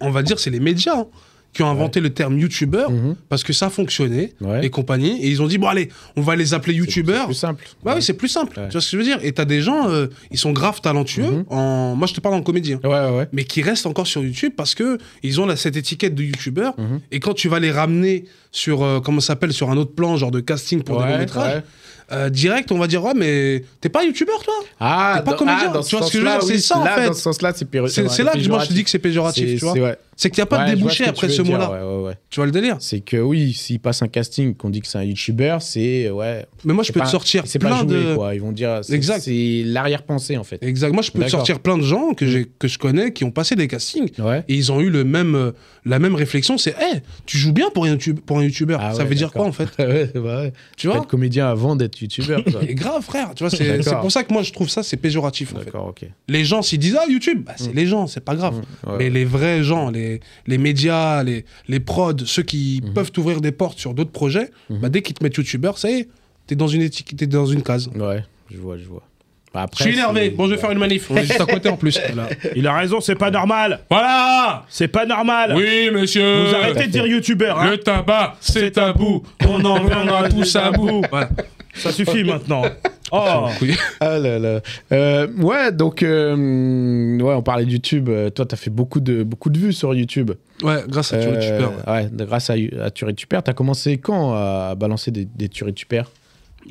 B: On va dire, c'est les médias hein, qui ont inventé le terme YouTubeur
C: Mhm.
B: parce que ça fonctionnait
C: Ouais.
B: et compagnie. Et ils ont dit Bon, allez, on va les appeler
C: C'est- c'est
B: YouTubeurs.
C: plus simple.
B: Bah oui, c'est plus simple.
C: Ouais.
B: Tu vois ce que je veux dire Et t'as des gens, euh, ils sont grave talentueux.
C: Mhm.
B: en... Moi, je te parle en comédie. hein
C: Ouais, ouais, ouais.
B: mais qui restent encore sur YouTube parce que ils ont la- cette étiquette de youtubeur
C: Mhm.
B: et quand tu vas les ramener sur euh, comment ça s'appelle sur un autre plan genre de casting pour des
C: Ouais,
B: longs métrages
C: ouais.
B: euh, direct on va dire ouais mais t'es pas youtubeur toi
C: Ah,
B: T'es pas
C: dans-
B: comédien,
C: ah, dans
B: tu vois ce que je veux
C: sens-là,
B: dire, c'est
C: oui,
B: ça, en
C: là,
B: fait.
C: Dans ce sens-là, c'est péri-
B: c'est
C: ouais,
B: c'est là que moi je te dis que c'est péjoratif
C: péjoratif.
B: tu vois
C: C'est- ouais.
B: c'est qu'il n'y a pas
C: Ouais,
B: de
C: je vois
B: débouché
C: ce que
B: après
C: tu
B: ce
C: veux
B: mot
C: dire,
B: là
C: ouais, ouais, ouais.
B: tu vois le délire
C: C'est que oui, s'il passe un casting, qu'on dit que c'est un youtubeur, c'est ouais.
B: mais moi je
C: c'est
B: peux
C: pas-
B: te sortir
C: C'est
B: plein
C: pas joué,
B: de
C: quoi. Ils vont dire. c'est-
B: Exact.
C: C'est l'arrière-pensée en fait.
B: exact moi je peux te
C: D'accord. Mm.
B: sortir plein de gens que j'ai que je connais qui ont passé des castings
C: Ouais.
B: et ils ont eu le même euh, la même réflexion c'est hey, tu joues bien pour un youtube- pour un youtubeur
C: Ah
B: ça
C: ouais,
B: veut dire quoi
C: d'accord.
B: en fait
C: ouais, bah ouais.
B: tu
C: Faut
B: vois
C: être comédien avant d'être youtubeur. quoi.
B: Et grave, frère, tu vois, c'est
C: D'accord.
B: c'est pour ça que moi je trouve ça, c'est péjoratif. En fait.
C: D'accord, ok.
B: Les gens s'ils disent Ah, YouTube, bah, c'est les gens, c'est pas grave.
C: Ouais.
B: Mais les vrais gens, les, les médias, les, les prods, ceux qui peuvent t'ouvrir des portes sur d'autres projets, bah, dès qu'ils te mettent youtubeur, ça y est, t'es dans une étiquette, t'es dans une case.
C: Ouais, je vois, je vois. Bah, Après,
B: Je suis énervé.
C: c'est-
B: Bon, je vais faire une manif. On est juste à côté en plus. Voilà.
A: Il a raison, c'est pas normal.
B: Voilà.
A: C'est pas normal.
B: Oui, euh, monsieur.
A: Vous arrêtez de dire youtubeur. hein.
B: Le tabac, c'est tabou. On en viendra tous à bout. Voilà.
A: Ça suffit maintenant. Oh.
C: Ah là là. Euh, ouais, donc euh, ouais, on parlait de YouTube. Euh, toi, t'as fait beaucoup de beaucoup de vues sur YouTube.
B: Ouais, grâce à
C: Euh,
B: youtubeur.
C: ouais, de- grâce à, à Tu Récupères. T'as commencé quand à balancer des, des Tu Récupères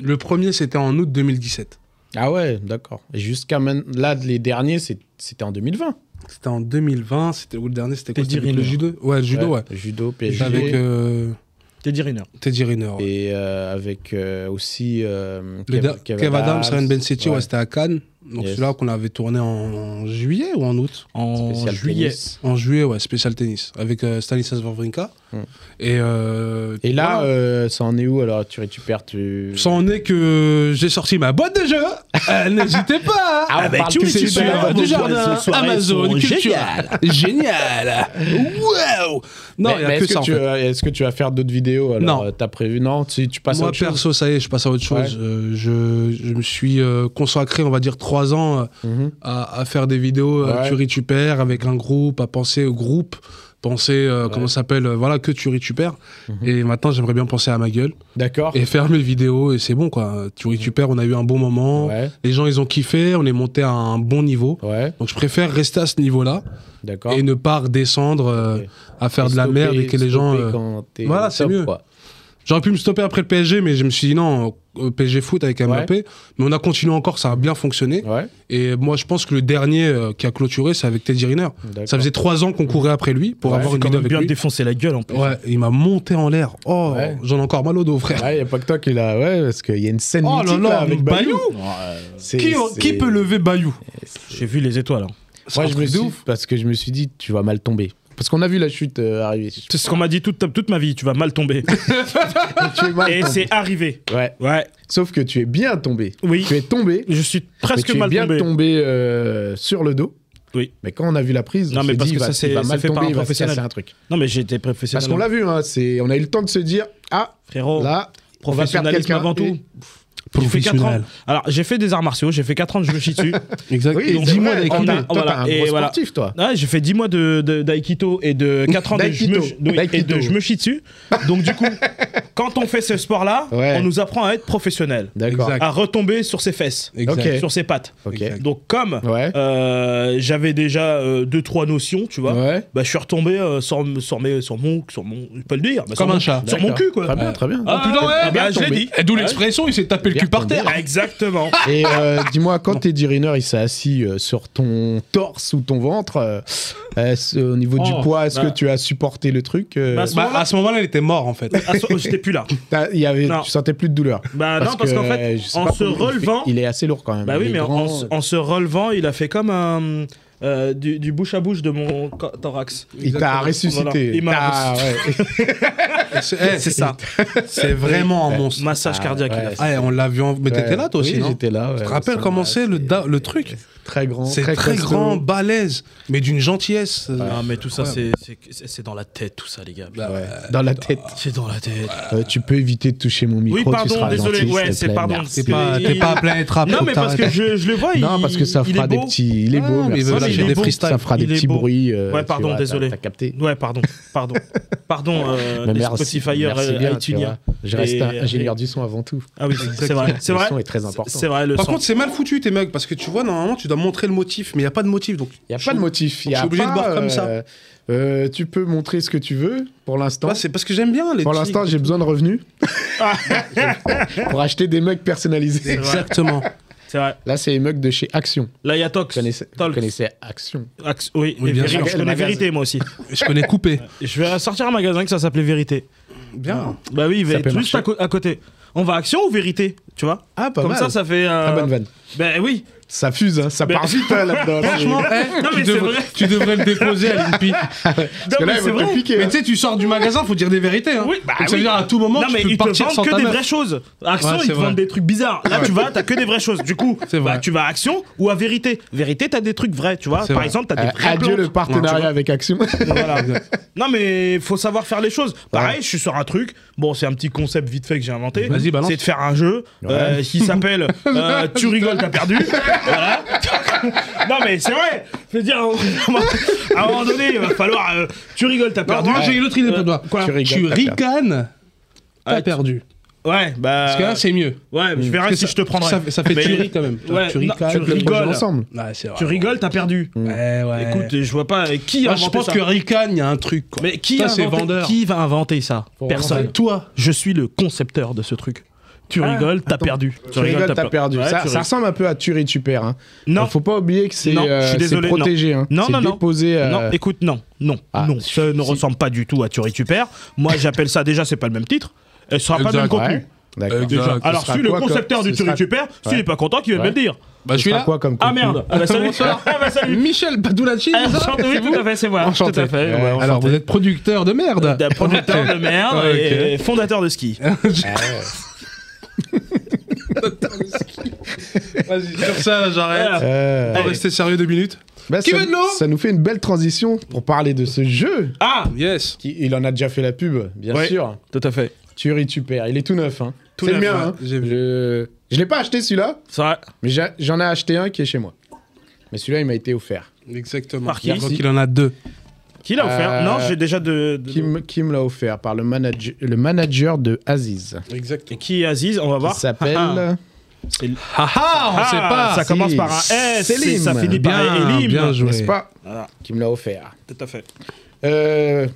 B: Le premier, c'était en août 2017.
C: Ah ouais, d'accord. Et Jusqu'à maintenant, là, les derniers, c'est- c'était en 2020.
B: C'était en 2020, c'était où le dernier c'était quoi
A: Teddy
B: C'était avec le
A: Riner.
B: judo Ouais, le judo, ouais.
C: Judo,
B: C'était
C: PSG.
B: Avec euh,
A: Teddy Riner.
B: Teddy Riner. ouais.
C: Et euh, avec euh, aussi euh,
B: Le da-
C: Kev,
B: Kev, Adams, Ryan Ben City, ouais,
C: ouais.
B: c'était à Cannes. Donc
C: Yes.
B: celui-là qu'on avait tourné en, en juillet ou en août
A: En
C: Spécial
A: juillet.
C: tennis.
B: En juillet, ouais, spécial tennis. Avec euh, Stanislas Wawrinka.
C: Mm.
B: Et, euh,
C: Et là,
B: voilà.
C: euh, ça en est où alors Tu Récupères tu...
B: ça en est que j'ai sorti ma boîte de jeu. Euh, N'hésitez pas
C: Ah, on
A: Avec
C: parle
A: Tu
C: plus
A: Récupères,
C: super,
A: on
C: euh,
A: parle
C: du
A: de
C: jardin.
B: Jardin,
A: les soirées
B: Amazon,
A: sont
B: culturel. Génial Wow Non, il
C: Mais-
B: n'y a
C: mais
B: que
C: est-ce
B: ça
C: que
B: en
C: tu,
B: fait.
C: euh, Est-ce que tu vas faire d'autres vidéos alors
B: Non.
C: euh, T'as prévu Non, tu, tu passes à
B: Moi,
C: autre chose
B: perso, ça y est, je passe à autre chose.
C: Ouais.
B: Euh, je, je me suis euh, consacré, on va dire, trois ans euh,
C: Mhm.
B: à, à faire des vidéos euh,
C: Ouais.
B: tu ris, tu perds avec un groupe, à penser au groupe, penser, euh, comment ça s'appelle, euh, voilà, que tu ris, tu perds.
C: Mhm.
B: Et maintenant, j'aimerais bien penser à ma gueule
C: D'accord.
B: et faire mes vidéos et c'est bon, quoi. Tu ris, tu perds, on a eu un bon moment.
C: Ouais,
B: Les gens, ils ont kiffé, on est monté à un bon niveau.
C: ouais,
B: Donc, je préfère rester à ce niveau-là
C: d'accord.
B: et ne pas redescendre euh,
C: Ok.
B: à faire de la
C: Stopper-
B: merde et que les gens.
C: stopper
B: euh,
C: quand t'es
B: voilà,
C: au
B: c'est
C: top,
B: mieux.
C: quoi.
B: J'aurais pu me stopper après le PSG, mais je me suis dit non, euh, PSG foot avec Mbappé. Mais on a continué encore, ça a bien fonctionné.
C: Ouais,
B: Et moi, je pense que le dernier euh, qui a clôturé, c'est avec Teddy Riner.
C: d'accord.
B: Ça faisait trois ans qu'on courait après lui pour
C: Ouais,
B: avoir une
A: Quand
B: vidéo
A: même
B: avec
A: bien
B: lui. Oh
A: défoncé la gueule en plus.
B: Ouais, il m'a monté en l'air. Oh,
C: Ouais.
B: j'en ai encore mal au dos, frère.
C: Ouais, Ah, y a pas que toi qui l'a. Ouais, parce qu'il y a une scène
B: Oh là
C: mythique
B: là,
C: là, avec Bayou. euh,
B: Bayou.
C: C'est-
B: Qui,
C: c'est-
B: qui peut lever Bayou
C: c'est-
A: J'ai vu les étoiles. hein.
B: C'est
C: Moi,
B: un
C: je
B: truc
C: me
B: de
C: suis
B: ouf.
C: parce que je me suis dit, tu vas mal tomber. Parce qu'on a vu la chute euh, arriver.
A: C'est ce qu'on m'a dit toute, toute ma vie. Tu vas mal tomber.
C: tu es mal
A: Et
C: tombé.
A: c'est arrivé.
C: Ouais.
A: Ouais.
C: Sauf que tu es bien tombé.
A: Oui.
C: Tu es tombé.
A: Je suis
C: mais
A: presque
C: tu es
A: mal
C: bien
A: tombé.
C: tombé euh, sur le dos.
A: Oui.
C: Mais quand on a vu la prise,
A: Non,
C: on
A: mais
C: s'est
A: parce
C: dit,
A: que
C: il va,
A: ça, c'est-
C: il va
A: ça
C: mal
A: fait par
C: tomber,
A: un
C: il va se
A: professionnel.
C: casser un truc.
A: Non, mais j'étais
C: Parce
A: professionnel.
C: qu'on l'a vu, hein, c'est- on a eu le temps de se dire, ah,
B: Oh.
A: Frérot,
C: là, on va perdre
A: professionnalisme
C: quelqu'un
A: avant tout.
C: et-
A: J'ai fait 4 ans.
B: Professionnel.
A: Alors, j'ai fait des arts martiaux, j'ai fait 4 ans de jiu-jitsu.
B: Exact.
C: Oui,
B: Et
C: c'est
B: Dis-moi
C: vrai,
A: d'écrire.
C: on a-
A: Oh,
C: Toi,
A: voilà.
C: t'as un
A: Et
C: gros
A: voilà.
C: sportif, toi.
A: Ah, j'ai fait 10 mois de, de- d'aïkido et de 4 ans de je me,
C: D'aïkido.
A: oui, et
C: D'aïkido.
A: de je me chie dessus. Donc du coup, quand on fait ce sport-là,
C: Ouais.
A: on nous apprend à être professionnel,
C: D'accord.
B: Exact.
A: à retomber sur ses fesses,
B: Exact.
C: Ok.
A: sur ses pattes.
C: Ok.
B: Exact.
A: Donc comme
C: Ouais.
A: euh, j'avais déjà 2-3 notions, tu vois,
C: Ouais.
A: bah, je suis retombé euh, sur, sur, mes, sur mon... Sur mon je peux le dire. bah, sur
B: Comme
A: mon-
B: un chat.
A: Sur mon
C: D'accord.
A: cul, quoi.
C: Très bien, très bien.
A: Ah,
B: putain, ouais,
A: ah, bah,
B: bien
A: je l'ai
B: tombé.
A: dit.
B: Et D'où
A: Ouais.
B: l'expression, il s'est tapé le
C: Bien
B: cul par terre.
A: Exactement.
C: Et euh,
A: Ah.
C: dis-moi, quand Teddy Riner il s'est assis euh, sur ton torse ou ton ventre, euh, est-ce- au niveau du
B: Oh,
C: poids, est-ce
B: bah.
C: que tu as supporté le truc euh,
A: Bah,
B: Bah, à ce moment-là, il était mort en fait.
A: Ah, so- J'étais plus là.
C: t'as- il y avait,
A: non.
C: tu sentais plus de douleur.
A: Bah non, parce qu'en
C: euh,
A: fait,
C: je sais
A: en
C: pas
A: se
C: comment il fait.
A: relevant,
C: il est assez lourd quand même.
A: Bah oui,
C: Il est
A: mais en-
C: grand,
A: en, se- en se relevant, il a fait comme un. euh, du, du bouche à bouche de mon co- thorax.
C: il t'a
A: Voilà,
C: ressuscité.
A: il m'a
C: T'as- ouais.
B: C'est eh,
A: C'est ça.
B: c'est vraiment un monstre.
A: Massage
C: Ah,
A: cardiaque.
C: ouais,
A: il a fait.
B: Ah, et on l'a vu en... Mais t'étais
C: Ouais.
B: là toi aussi,
C: Oui,
B: non
C: j'étais là.
B: Tu
C: ouais,
B: te rappelles
C: ça
B: comment
C: m'a-
B: c'est le, da- le truc
C: Très grand.
B: C'est très,
C: costaud.
B: grand, balèze, mais d'une gentillesse.
A: Ah,
B: euh,
D: Non, mais tout ça, c'est- c'est c'est dans la tête, tout ça, les gars.
B: bah,
C: Ouais, dans la tête.
D: C'est dans la tête.
C: Euh, tu peux éviter de toucher mon micro.
A: Oui,
C: tu
A: pardon,
C: seras
A: désolé.
C: gentil, s'il
A: ouais,
C: te
A: c'est
C: plaît,
A: pardon.
C: merci.
B: T'es pas,
A: Il-
B: t'es pas à plein être rap,
A: Non, mais parce que je, je le vois.
C: Non,
A: Ah, il-
C: parce que ça
A: il est
C: fera des
A: beau.
C: petits. Il est
B: Ah,
C: beau,
B: mais il
C: merci.
B: veut
A: lâcher des
B: freestyles.
C: Ça fera des
A: Il est
C: petits
A: beau.
C: bruits. euh,
A: Ouais,
C: tu
A: pardon,
C: vois, t'as-
A: désolé.
C: T'as capté.
A: Ouais, pardon, pardon, pardon, euh,
C: Mais
A: les
C: merci,
A: Spotify,
C: merci
A: euh,
C: bien, tu
A: iTunes.
C: vois. Je reste
A: Et-
C: un ingénieur du son avant tout.
A: Ah oui, c'est vrai, c'est
C: Le
A: vrai.
C: son est très important.
A: C'est vrai, le
B: Par
A: son.
B: contre, c'est mal foutu tes mugs, parce que tu vois, normalement, tu dois montrer le motif, mais il n'y a pas de motif. Donc,
C: Il n'y a pas de motif.
B: je
C: y a
B: suis obligé de
C: pas,
B: boire comme ça.
C: euh, euh, tu peux montrer ce que tu veux pour l'instant.
B: Toi, c'est parce que j'aime bien les
C: Pour
B: petits-
C: l'instant, j'ai besoin de revenus
A: Ah.
C: pour acheter des mugs personnalisés.
B: Exactement.
A: C'est vrai.
C: Là, c'est les mugs de chez Action.
A: Là, il y a Tox.
C: Vous connaissez, vous
A: Talks.
C: connaissez Action
A: Ax- Oui,
B: Oui,
A: et
B: bien
A: Véri-
B: sûr.
A: je connais
C: Magasin.
A: Vérité, moi aussi.
B: Je connais coupé. Ah.
A: Je vais sortir un magasin que ça s'appelait Vérité.
B: Bien.
A: Bah oui, il va
C: Ça
A: être
C: peut
A: juste à,
C: marcher.
A: co- à côté. On va action ou vérité Tu vois
C: Ah, pas
A: Comme
C: mal.
A: ça, ça fait. euh,
C: Très bonne vanne.
A: Ben oui.
C: Ça fuse, hein, ça
A: Mais-
C: part vite hein, là-dedans.
B: Franchement, eh,
A: Non,
B: tu,
A: mais c'est
B: devrais,
A: vrai.
B: tu devrais le déposer à l'INPI.
C: parce que
A: mais
C: là, ils
A: c'est
C: vont te
A: vrai.
C: piquer,
B: Mais
C: hein.
B: tu sais, tu sors du magasin, faut dire des vérités. Hein.
A: Oui, bah
B: Donc, ça veut
A: oui.
B: dire à tout moment,
A: non,
B: tu
A: mais
B: peux
A: ils te
B: partir
A: vendent
B: sans
A: que
B: ta
A: des
B: meuf.
A: vraies choses. À Action,
B: Ouais,
A: ils
B: c'est
A: te
B: vrai.
A: vendent des trucs bizarres. Là, tu vas, t'as que des vraies choses. Du coup,
B: C'est vrai.
A: bah, tu vas à Action ou à Vérité. Vérité, t'as des trucs vrais, tu vois.
B: C'est
A: Par
B: vrai.
A: exemple, t'as
C: Euh,
A: des vraies
C: adieu
A: plantes.
C: le partenariat avec Action.
A: Voilà. Non, mais faut savoir faire les choses. Pareil, je suis sur un truc. Bon, c'est un petit concept vite fait que j'ai inventé.
B: Vas-y, balance.
A: C'est de faire un jeu euh, qui s'appelle euh, Tu rigoles, t'as perdu. voilà. non, mais c'est vrai. Je veux dire, à un moment donné, il va falloir. euh, tu rigoles, t'as
B: Non,
A: perdu.
B: moi, j'ai eu l'autre idée pour toi.
A: Quoi
C: Tu rigoles,
B: Tu
C: t'as perdu.
B: ricanes, t'as Ah,
A: Ouais,
B: perdu.
A: Ouais, bah.
B: Parce que là, c'est mieux.
A: Ouais, je verrai si je te prendrai.
B: Ça, ça fait
A: Mais-
B: tu ris quand même.
A: Ouais,
B: tu
A: non,
B: ricanes,
A: tu
B: le
A: rigoles.
B: projet
C: ensemble.
B: Ouais, c'est vrai.
A: Tu rigoles, t'as perdu.
B: Ouais, ouais.
A: Écoute, je vois pas euh, qui a
B: Moi, je
A: inventé
B: pense
A: ça.
B: que Rican, il y a un truc. Quoi.
A: Mais qui,
B: Ça,
A: a
B: c'est
A: inventé-
B: vendeur.
A: qui va inventer ça Personne.
B: Toi.
A: Je suis le concepteur de ce truc. Tu
C: Ah,
A: rigoles, t'as
C: attends.
A: perdu.
C: Tu rigoles, t'as
A: per-
C: perdu.
A: Ouais,
C: ça,
A: tu
C: ça
A: rigoles.
C: ressemble un peu à Turi tu perds. Hein.
A: Non,
C: Faut pas oublier que c'est
A: Non, je
C: euh,
A: suis
C: c'est
A: désolé, non.
C: protégé. hein.
A: Non,
C: C'est
A: non, non.
C: déposé, euh,
A: non, écoute, non, non,
C: Ah,
A: non. Ça ne ressemble pas du tout à Tu récupères. Moi, j'appelle ça déjà, c'est pas le même titre. Et ce sera pas le même
B: Exact,
A: contenu.
C: ouais. D'accord.
B: Exact.
A: Déjà.
B: ce
A: Alors,
C: sera
A: si le
C: quoi, comme-
A: concepteur du
C: ce
A: Tu
C: sera-
A: récupères, s'il
C: Ouais.
A: est pas content, qu'il va me
C: Ouais.
A: le dire.
B: Bah, je
C: Ce
B: suis
C: sera
B: là.
C: quoi comme
A: Ah
C: contenu
A: merde Ah bah salut Ah bah salut
B: Michel Badulacci.
A: Ah, enchanté, oui, tout à fait, c'est moi.
B: Enchanté.
A: Tout à fait, ouais,
B: Alors,
A: enchanté.
B: vous êtes producteur de merde.
A: D'un producteur de merde
B: Ouais, ok.
A: et fondateur de ski.
B: Vas-y, sur ça, là, j'arrête.
C: Euh,
B: On va rester sérieux deux minutes.
C: bah,
B: Qui
C: ça,
B: veut de l'eau
C: ça nous fait une belle transition pour parler de ce jeu.
A: Ah
B: Yes.
C: Qui, il en a déjà fait la pub, bien
A: Ouais.
C: sûr.
A: Tout à fait.
C: Tu ris, tu perds. Il est tout neuf. Hein.
B: Tout
C: C'est le
B: neuf,
C: mien.
B: ouais,
C: hein.
B: j'ai vu.
C: Je, je l'ai pas acheté celui-là,
A: C'est vrai.
C: mais j'a- j'en ai acheté un qui est chez moi. Mais celui-là, il m'a été offert.
B: Exactement.
A: Par qui
B: Je crois qu'il en a deux.
A: Qui l'a offert
C: Euh,
A: Non, j'ai déjà de. de-
C: Qui me qui me l'a offert par le, manager, le manager de Aziz.
B: Exactement.
A: Et qui est Aziz On va
C: Il
A: voir. Ah,
C: s'appelle.
B: Ah ah, on
A: ah,
B: sait pas.
A: Ça commence
C: Si.
A: par un S. et
C: Selim.
A: Ça finit par
B: bien,
A: un Elim.
B: bien
C: N'est-ce
B: joué.
C: pas
A: Voilà,
C: Qui me l'a offert.
A: tout à fait.
C: Euh,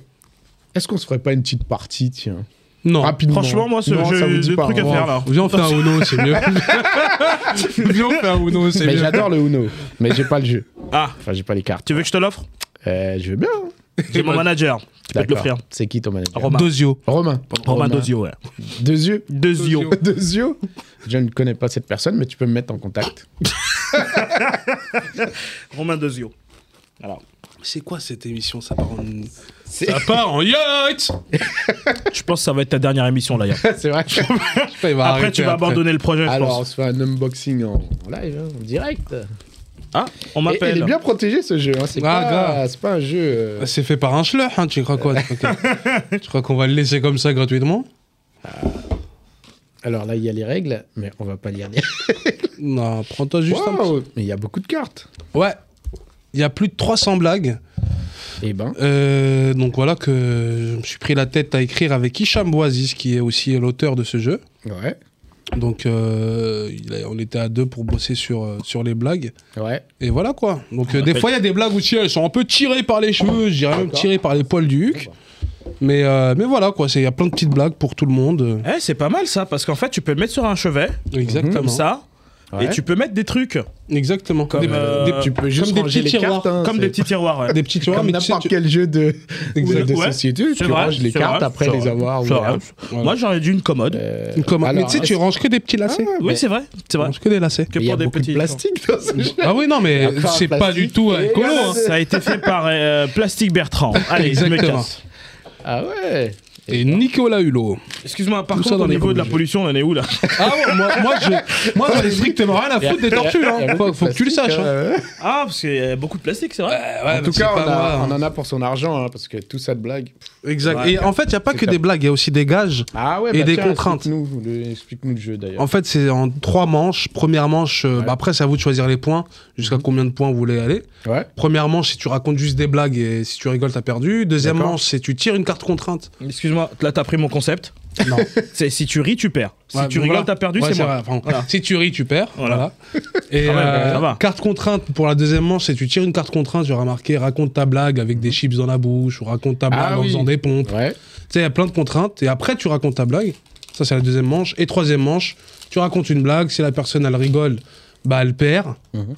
C: Est-ce qu'on se ferait pas une petite partie, tiens
B: Non.
C: Rapidement.
A: Franchement, moi, ce
C: Non,
A: jeu,
C: ça vous
A: j'ai
C: dit
A: des
C: pas,
A: trucs à
C: hein.
A: faire là.
B: Viens, on fait un Uno, c'est mieux. Viens, on fait un Uno, c'est
C: Mais
B: mieux.
C: j'adore le Uno, mais j'ai pas le jeu.
A: Ah,
C: Enfin, j'ai pas les cartes.
A: tu veux que je te l'offre
C: Euh, je veux bien. hein.
A: J'ai mon manager. Tu peux te
C: D'accord.
A: l'offrir.
C: C'est qui ton manager
A: Romain.
B: Dozio.
C: Romain.
A: Romain Dozio, Mm. ouais.
C: Deux yeux.
A: Dozio.
C: Deux yeux. Je ne connais pas cette personne, mais tu peux me mettre en contact.
A: Romain Dozio.
B: C'est quoi cette émission Ça part en.
C: C'est
B: Ça part en yacht
A: Je pense que ça va être ta dernière émission là. Yann.
C: c'est vrai.
B: Il va
A: Après,
B: arrêter
A: tu vas
B: après.
A: abandonner le projet, je
C: Alors,
A: pense.
C: on se fait un unboxing en en live, hein, en direct.
A: Ah, on
C: Et- et il est
A: m'appelle.
C: bien protégé ce jeu. hein. C'est
B: Ah,
C: pas,
B: grave.
C: c'est pas un jeu. euh,
B: Ah, C'est fait par un schleur, hein, tu crois quoi tu crois que- Tu crois qu'on va le laisser comme ça gratuitement
C: Alors là, il y a les règles, mais on va pas lire les
B: Non, prends-toi juste un
C: Waouh, Mais il y a beaucoup de cartes.
B: petit- Ouais. Il y a plus de 300 blagues.
C: Et ben,
B: Euh, donc voilà que je me suis pris la tête à écrire avec Hicham Bouaziz, qui est aussi l'auteur de ce jeu.
C: ouais.
B: Donc euh, il a- on était à deux pour bosser sur, euh, sur les blagues.
C: Ouais.
B: Et voilà quoi. Donc euh, des fois il y a des blagues aussi, elles sont un peu tirées par les cheveux, je dirais même tirées par les poils du huc. Mais, euh, mais voilà, quoi. c'est- Il y a plein de petites blagues pour tout le monde.
A: Eh, c'est pas mal ça, parce qu'en fait, tu peux le mettre sur un chevet,
B: Exactement.
A: comme ça,
C: Ouais.
A: et tu peux mettre des trucs,
B: Exactement.
A: Comme,
B: Des-
A: euh,
B: des-
C: Tu peux juste
B: Comme des
C: ranger
B: petits
C: les cartes. hein,
A: comme
C: c'est-
A: des petits tiroirs. ouais.
B: des petits, tu vois,
C: Comme
B: mais tu sais,
C: n'importe
B: tu-
C: quel jeu de,
B: Exact.
C: de
A: Ouais,
C: société, tu
A: c'est vrai,
C: ranges les
A: c'est
C: cartes
A: vrai,
C: après
A: c'est
C: les
A: vrai,
C: avoir.
A: c'est
C: ou-
A: vrai.
B: Voilà.
A: Moi, j'aurais dû une commode.
C: Euh,
B: une commande. mais
C: alors, hein,
B: tu sais, tu ranges que des petits lacets.
A: oui, c'est vrai, c'est
B: tu
A: vrai.
B: ranges que des lacets.
A: Que
C: Il y a
A: pour des
C: beaucoup
A: petits.
C: de plastique dans ce jeu.
B: Ah oui, non, mais
C: Après, un
B: c'est pas
C: plastique
B: du tout
C: et-
B: écolo. hein.
A: Ça a été fait par euh, Plastique Bertrand. Allez, je me
B: Exactement.
A: casse.
C: Ah ouais.
B: Et Nicolas Hulot.
A: Excuse-moi, par
B: Tout ça
A: contre,
B: dans
A: au
B: les
A: niveau de la
B: communes.
A: pollution, on en est où là
B: Ah ouais, moi, moi, je, moi j'en ai strictement rien à
C: Il y a-
B: foutre des
C: il y a-
B: tortues. hein.
C: il y a beaucoup
B: Faut,
C: de
B: faut que tu le
C: plastique,
B: saches. hein.
C: hein.
A: Ah, parce qu'il y a beaucoup de plastique, c'est vrai
B: euh, Ouais,
C: En
B: mais
C: tout
B: c'est
C: cas, on,
B: pas
C: a-
B: moi, hein.
C: on en a pour son argent, hein, parce que tout ça de blague.
B: Exact.
A: Ouais.
B: Et en fait, il n'y a pas
C: C'est
B: que
C: ça.
B: des blagues, il y a aussi des gages.
C: Ah ouais,
B: Et
C: bah
B: des
C: tiens,
B: contraintes.
C: Explique-nous le, explique-nous le jeu d'ailleurs.
B: En fait, c'est en trois manches. Première manche, euh,
C: Ouais.
B: bah après, c'est à vous de choisir les points, jusqu'à combien de points vous voulez aller.
C: Ouais.
B: Première manche, si tu racontes juste des blagues et si tu rigoles, t'as perdu. Deuxième
C: D'accord.
B: manche, c'est tu tires une carte contrainte.
A: Euh, Excuse-moi, là, t'as pris mon concept.
B: Non.
A: C'est si tu ris, tu perds. Si
B: Ouais,
A: tu
B: bon,
A: rigoles,
B: voilà.
A: t'as perdu,
B: Ouais,
A: c'est moi.
B: vrai, enfin,
A: Voilà.
B: Si tu ris, tu perds.
A: Voilà.
B: Voilà. Et
A: Quand même,
B: euh,
A: ça va.
B: carte contrainte pour la deuxième manche, c'est tu tires une carte contrainte, j'aurais marqué raconte ta blague avec des chips dans la bouche ou raconte ta blague
C: Ah
B: en
C: oui.
B: faisant des pompes.
C: Ouais.
B: Tu sais, il y a plein de contraintes. Et après, tu racontes ta blague. Ça, c'est la deuxième manche. Et troisième manche, tu racontes une blague. Si la personne, elle rigole, bah, elle perd.
C: Mhm.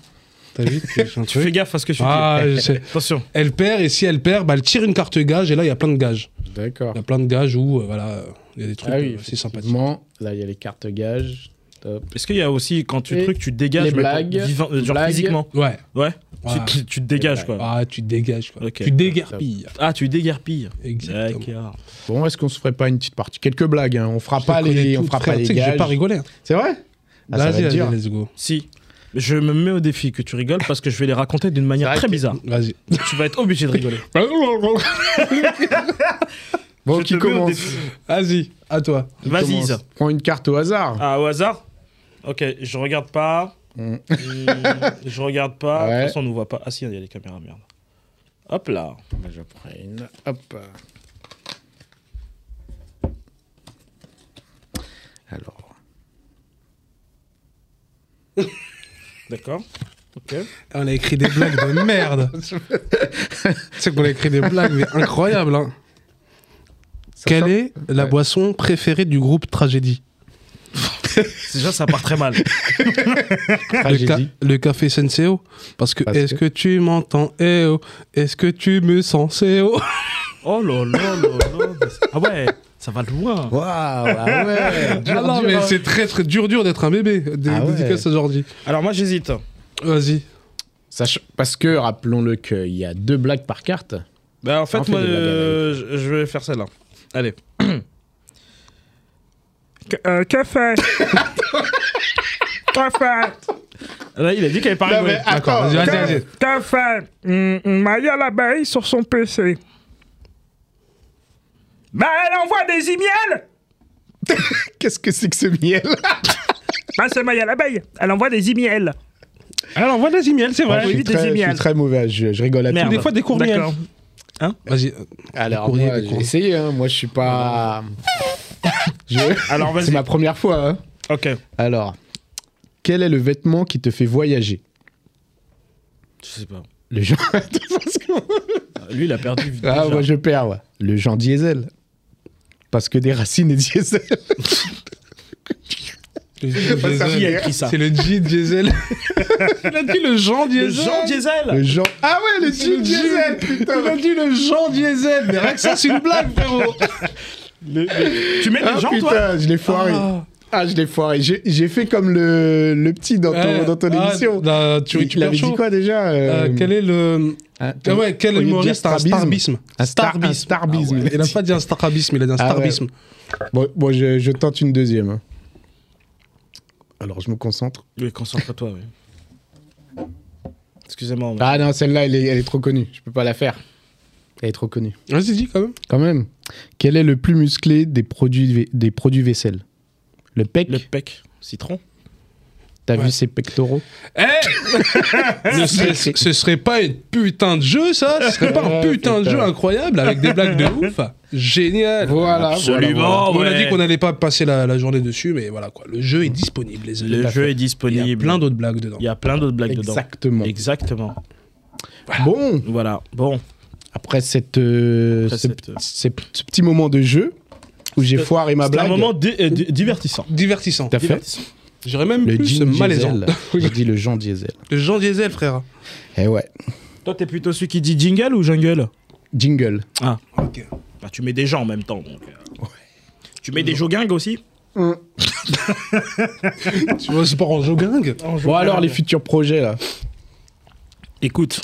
B: T'as vu que j'ai un
A: Tu fais
B: truc
A: gaffe à ce que tu
B: Ah, je sais.
A: dis. Attention.
B: Elle perd. Et si elle perd, bah, elle tire une carte gage. Et là, il y a plein de gages.
C: D'accord.
B: Il y a plein de gages où, euh, voilà, euh, il y a des trucs
C: Ah
B: euh,
C: oui,
B: assez sympathiques.
C: effectivement. Là, il y a les cartes gages. Top.
A: Est-ce qu'il y a aussi, quand tu
C: Et
A: trucs, tu te dégages,
C: les
A: mais pas-
C: blagues,
A: vivant- euh, genre
C: blagues.
A: physiquement
B: Ouais.
A: Ouais,
B: Ouais.
A: Tu, tu- tu te dégages, quoi.
B: Ah, tu te dégages, quoi.
A: Ok.
B: Tu déguerpilles.
A: Ah, tu déguerpilles.
B: Exactement.
A: D'accord.
C: Bon, est-ce qu'on se ferait pas une petite partie Quelques blagues, hein. on fera
B: Je
C: pas
B: te connais
C: les, on
B: toutes,
C: fera
B: frère,
C: pas
B: tu
C: les
B: sais que J'ai
C: gages.
B: pas rigolé. hein.
C: C'est vrai Ah, ça va
B: Vas-y,
C: être
B: vas-y,
C: dur.
B: let's go.
A: Si. Je me mets au défi que tu rigoles parce que je vais les raconter d'une manière
C: C'est vrai
A: très
C: que-
A: bizarre.
B: Vas-y.
A: tu vas être obligé de rigoler.
C: Bon,
A: Je
C: Oh,
A: te
C: qui
A: mets au
C: commence
A: défi.
B: Vas-y, à toi.
C: Qui
A: Vas-y,
C: commence
A: Isa.
C: Prends une carte au hasard.
A: Ah, au hasard Ok, je regarde pas.
C: Mm.
A: Hmm, je regarde pas. De
C: Ouais.
A: toute façon, on nous voit pas. Ah, si, il y a les caméras, merde. Hop là.
C: Bah, je prends une. Hop. Alors.
A: D'accord. Ok.
B: On a écrit des blagues de merde. tu sais qu'on a écrit des blagues mais incroyables. Hein. Quelle est la
C: Ouais.
B: boisson préférée du groupe Tragédie
A: Déjà, ça part très mal.
B: le, ca-
C: Tragédie.
B: le café Senseo Parce que
C: Parce
B: est-ce
C: que-
B: que... tu m'entends Eh oh Est-ce que tu me sens Eh oh
A: Oh là là là là. Ah ouais, ça va loin.
C: Waouh, ah ouais. dur,
B: Ah non,
C: dur,
B: mais
C: hein.
B: c'est très très dur dur d'être un bébé. Dé-
C: Ah ouais.
B: Dédicace à Jordi.
A: Alors, moi, j'hésite.
B: Vas-y.
C: Sach- Parce que, rappelons-le qu'il y a deux blagues par carte.
A: Bah, en fait,
C: On fait
A: moi,
C: des blagues
A: euh, je je vais faire celle-là. Allez. Euh, café. café. Là, il a dit qu'elle parlait.
C: Non, mais
A: anglais.
C: ah.
B: D'accord, vas-y, vas-y,
C: attends.
B: vas-y.
A: Café. Maya l'abeille sur son PC. Bah, elle envoie des emails.
C: Qu'est-ce que c'est que ce miel
A: Bah, c'est Maya l'abeille. Elle envoie des emails. Elle envoie des emails, c'est
C: je, suis très, je suis très mauvais à ce jeu, je rigole à tout.
B: Des fois, des courriels. Vas-y.
C: Alors,
B: Courrier,
C: moi,
B: des
C: j'ai
B: courriers.
C: essayé, hein. moi je suis pas. Je-
A: Alors, vas-y.
C: C'est ma première fois. hein.
A: Ok.
C: Alors, quel est le vêtement qui te fait voyager
A: Je sais pas.
C: Le Jean. Attends, parce que-
A: Lui, il a perdu.
C: ah,
A: déjà.
C: moi je perds, ouais. Le Jean Diesel. Parce que des racines et diesel.
B: Le G
C: Pas ça,
B: diesel.
A: Qui a écrit ça
B: C'est le G diesel. Il a dit le Jean
A: Le
B: diesel.
A: Jean Diesel.
C: Le Jean. Ah ouais, le
B: Le
C: Jean Diesel,
B: Jean-
C: putain.
B: Il a dit le Jean diesel. Mais rien que ça, c'est une blague, frérot.
A: Tu mets
C: Ah
A: des gens, toi
C: putain, je l'ai foiré. Ah, je l'ai foiré. J'ai j'ai fait comme le, le petit dans ton,
B: Ouais.
C: dans ton
B: Ah,
C: émission.
B: dans- tu
C: Il-
B: tu
C: il
B: perds
C: avait dit
B: chaud.
C: quoi déjà euh,
B: Euh, Quel est le.
C: un-
B: Ah ouais, quel
C: au lieu de
B: humoriste
C: dire
B: a un starbisme
C: Un star- un starbisme.
B: Ah ouais, Il n'a pas dit un starabisme, il a dit un
C: Ah ouais.
B: starbisme.
C: Bon, bon, je, je tente une deuxième. hein. Alors, je me concentre.
A: Oui, concentre-toi, oui. Excusez-moi. on-
C: Ah non, celle-là, elle est, elle est trop connue. Je peux pas la faire. Elle est trop connue.
B: Vas-y, dis quand même.
C: Quand même. Quel est le plus musclé des produits, vai- des produits vaisselle Le pec
A: Le pec. Citron.
C: T'as
B: ouais.
C: vu ses pectoraux
B: Ce serait, ce serait pas une putain de jeu, ça Ce serait pas un
C: Ouais,
B: putain de
C: putain.
B: jeu incroyable avec des blagues de ouf Génial
C: Voilà.
A: Absolument.
B: On a
A: Oh, ouais.
B: dit qu'on n'allait pas passer la, la journée dessus, mais voilà quoi. Le jeu est disponible, les amis.
A: Le jeu est
B: Il
A: disponible.
B: y a plein d'autres blagues dedans.
A: Il y a plein d'autres blagues
C: Exactement.
A: dedans. Exactement.
C: Bon,
A: Voilà. Bon.
C: après, cette, euh,
A: Après
C: ce,
A: cette, euh,
C: ce- ce petit moment de jeu où j'ai foiré ma
D: C'est
C: blague.
D: un moment di- euh, di- divertissant.
B: Divertissant.
C: Tout à fait.
B: J'aurais même
C: Le
B: plus
C: Jean
B: malaisant.
C: Diesel. J'ai dit le Jean Diesel.
B: Le Jean Diesel, frère.
C: Eh ouais.
A: Toi, t'es plutôt celui qui dit jingle ou jungle
C: Jingle.
B: Ok.
A: Bah, tu mets des gens en même temps. donc, euh, Tu mets des joguingues aussi
B: Tu vois, Ah c'est pas en jogging
C: Bon alors les futurs projets là.
A: Écoute,